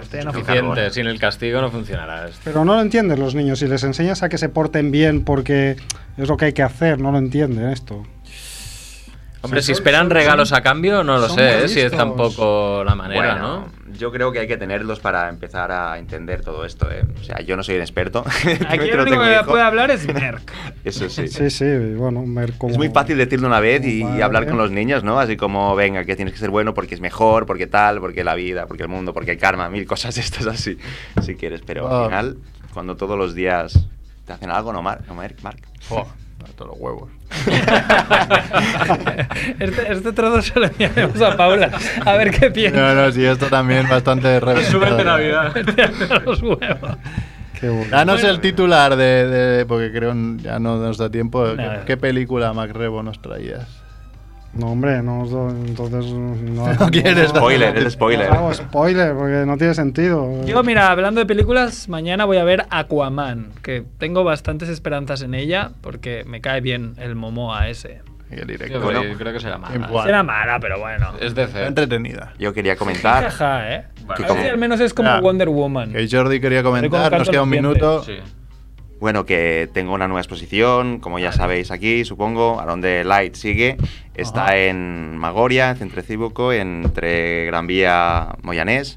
Speaker 1: Este no funciona.
Speaker 4: Suficiente, sin el castigo no funcionará esto.
Speaker 5: Pero no lo entienden los niños. Si les enseñas a que se porten bien porque es lo que hay que hacer, no lo entienden esto.
Speaker 4: Hombre, si esperan regalos a cambio, no lo
Speaker 5: son
Speaker 4: sé,
Speaker 5: muy
Speaker 4: ¿eh? si es
Speaker 5: listos.
Speaker 4: tampoco la manera,
Speaker 2: Bueno,
Speaker 4: ¿no?
Speaker 2: yo creo que hay que tenerlos para empezar a entender todo esto. ¿eh? O sea, yo no soy un experto.
Speaker 1: Aquí
Speaker 2: Evidentemente
Speaker 1: el
Speaker 2: no
Speaker 1: único
Speaker 2: tengo
Speaker 1: que
Speaker 2: hijo.
Speaker 1: puede hablar es Merck.
Speaker 2: Eso sí.
Speaker 5: Sí, sí, bueno, ver como-
Speaker 2: Es muy fácil decirlo una vez y,
Speaker 5: como
Speaker 2: y hablar
Speaker 5: padre.
Speaker 2: con los niños, ¿no? Así como, venga, que tienes que ser bueno porque es mejor, porque tal, porque la vida, porque el mundo, porque el karma, mil cosas estas así, si quieres. Pero
Speaker 3: Ah.
Speaker 2: al final, cuando todos los días te hacen algo, ¿no, Mark? ¿No, Mark? Mark?
Speaker 3: Oh, a todos los huevos.
Speaker 1: Este, este trozo se lo enviaremos a Paula. A ver qué piensa.
Speaker 3: No, no, sí, esto también bastante
Speaker 4: Resumen de
Speaker 3: reventador.
Speaker 4: Navidad.
Speaker 1: los huevos.
Speaker 5: Qué bueno.
Speaker 3: Danos el titular de, de- porque creo n- ya no nos da tiempo. ¿Qué-
Speaker 1: Nada.
Speaker 3: ¿Qué película Macrebo nos traías?
Speaker 5: No, hombre, no, os do- entonces... No,
Speaker 3: quieres dar-
Speaker 2: Spoiler, el spoiler.
Speaker 5: Hago spoiler, porque no tiene sentido.
Speaker 1: Yo, mira, hablando de películas, mañana voy a ver Aquaman, que tengo bastantes esperanzas en ella porque me cae bien el Momoa ese. Ah,
Speaker 3: El
Speaker 4: Yo
Speaker 3: director.
Speaker 2: bueno.
Speaker 4: eh, creo- creo que será mala.
Speaker 3: En plan,
Speaker 1: Será mala, pero bueno.
Speaker 4: Es DC.
Speaker 3: entretenida.
Speaker 2: Yo quería comentar.
Speaker 1: Jaja, ¿eh?
Speaker 2: Bueno,
Speaker 1: a ver si al menos es como
Speaker 3: Ya.
Speaker 1: Wonder Woman.
Speaker 3: Que Jordi quería comentar,
Speaker 1: Reconozco
Speaker 3: nos queda un
Speaker 1: los
Speaker 3: minuto.
Speaker 4: Sí.
Speaker 2: Bueno, que tengo una nueva exposición, como ya sabéis aquí, supongo, a donde Light sigue. Está
Speaker 3: Ajá.
Speaker 2: en Magoria, en Centro Cívico, entre Gran Vía Moyanés,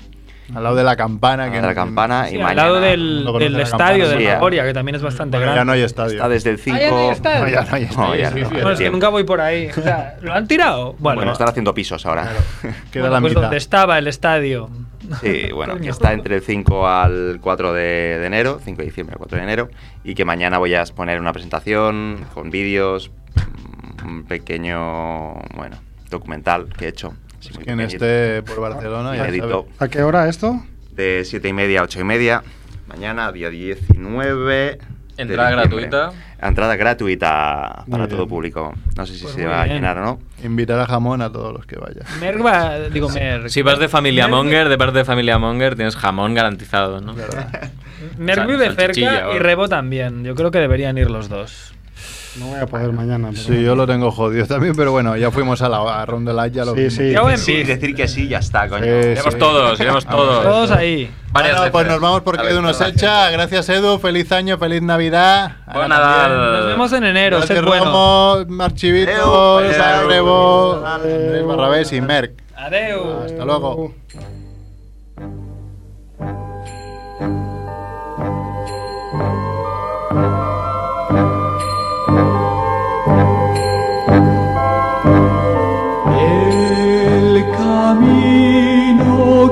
Speaker 3: Al lado de la campana.
Speaker 2: a
Speaker 3: Ah, que
Speaker 2: la campana
Speaker 1: Sí,
Speaker 2: y
Speaker 1: al
Speaker 2: mañana.
Speaker 1: lado
Speaker 3: No
Speaker 1: del,
Speaker 3: conocen
Speaker 1: del
Speaker 3: la
Speaker 1: estadio
Speaker 2: campana.
Speaker 1: de
Speaker 2: Sí, ya.
Speaker 1: Magoria, que también es bastante
Speaker 3: Bueno, ya
Speaker 1: grande.
Speaker 3: no hay estadio.
Speaker 2: Está desde el
Speaker 1: Ah,
Speaker 2: 5.
Speaker 1: ya no hay estadio.
Speaker 3: No, ya no hay estadio.
Speaker 2: No, ya no.
Speaker 3: Sí, sí,
Speaker 1: Bueno, es que nunca voy por ahí. O sea, ¿lo han tirado? Bueno,
Speaker 2: Bueno, están haciendo pisos ahora.
Speaker 3: Queda
Speaker 1: Bueno,
Speaker 3: la
Speaker 1: pues
Speaker 3: mitad.
Speaker 1: donde estaba el estadio.
Speaker 2: Sí, bueno, que
Speaker 1: Coño.
Speaker 2: está entre el 5 al 4 de, de enero, 5 de diciembre al 4 de enero, y que mañana voy a exponer una presentación con vídeos, mm, un pequeño, bueno, documental que he hecho. así muy
Speaker 3: Quien
Speaker 2: pequeñito,
Speaker 3: esté por Barcelona, este, ya
Speaker 2: inédito,
Speaker 3: sabe.
Speaker 5: ¿A qué hora esto?
Speaker 2: de 7 y media a 8 y media, mañana, día 19. de
Speaker 4: Entrada
Speaker 2: diciembre.
Speaker 4: gratuita.
Speaker 2: Entrada gratuita
Speaker 3: Muy
Speaker 2: para
Speaker 3: bien.
Speaker 2: todo público. No sé si
Speaker 1: Pues
Speaker 2: se
Speaker 1: muy
Speaker 2: va
Speaker 1: bien.
Speaker 2: a llenar o no.
Speaker 3: Invitar a jamón a todos los que vayan.
Speaker 1: Merck va, digo Merck.
Speaker 4: Si vas de familia
Speaker 1: Merck-
Speaker 4: Monger, de parte de familia Monger, tienes jamón garantizado, ¿no?
Speaker 3: Verdad.
Speaker 1: Merck
Speaker 4: Sal-
Speaker 1: vive cerca
Speaker 4: salchichilla,
Speaker 1: y
Speaker 4: o-
Speaker 1: Rebo también. Yo creo que deberían ir los dos.
Speaker 5: No voy a poder mañana. pero
Speaker 3: Sí, yo lo tengo jodido también, pero bueno, ya fuimos a la a ronda de la ya lo
Speaker 5: Sí, sí.
Speaker 3: vimos.
Speaker 2: Sí, decir que sí, ya está, coño.
Speaker 3: Sí,
Speaker 4: Iremos
Speaker 3: sí.
Speaker 4: todos, iremos todos.
Speaker 1: Todos ahí.
Speaker 4: Varias
Speaker 3: Bueno, pues
Speaker 4: veces.
Speaker 3: nos vamos porque
Speaker 4: A ver,
Speaker 3: Edu nos
Speaker 4: todas.
Speaker 3: echa. Gracias, Edu. Feliz año, feliz Navidad.
Speaker 4: Buen
Speaker 3: Ana
Speaker 4: Nadal.
Speaker 3: también.
Speaker 1: Nos vemos en enero,
Speaker 3: Gracias,
Speaker 1: sed bueno.
Speaker 3: Romo, Marchivito,
Speaker 2: Edu,
Speaker 3: Zagrebo, Andrés Barrabés y Merck.
Speaker 1: Adeu.
Speaker 3: Hasta luego.
Speaker 7: El camino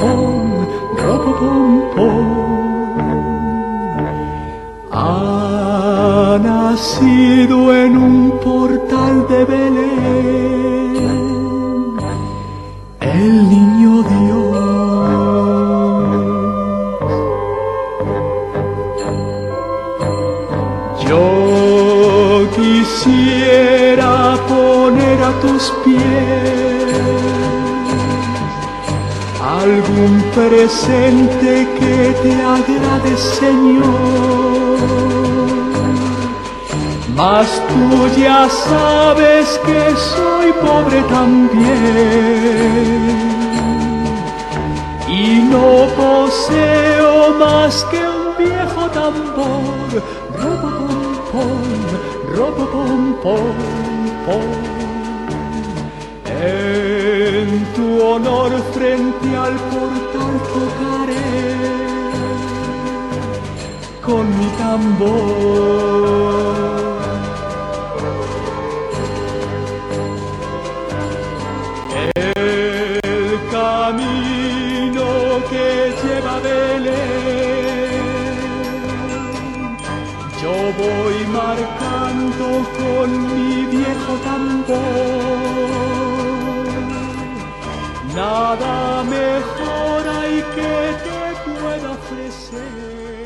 Speaker 7: pom, ropopom, pom. Ha nacido en un portal de Belén el niño Dios. Yo quisiera poner a tus pies algún presente que te agrade, Señor. Mas tú ya sabes que soy pobre también y no poseo más que un viejo tambor. Ropopom, pom, ropopom, pom, pom. En tu honor frente al portal tocaré con mi tambor. El camino que lleva a Belén, yo voy marcando con mi viejo tambor. Nada mejor hay que te pueda ofrecer.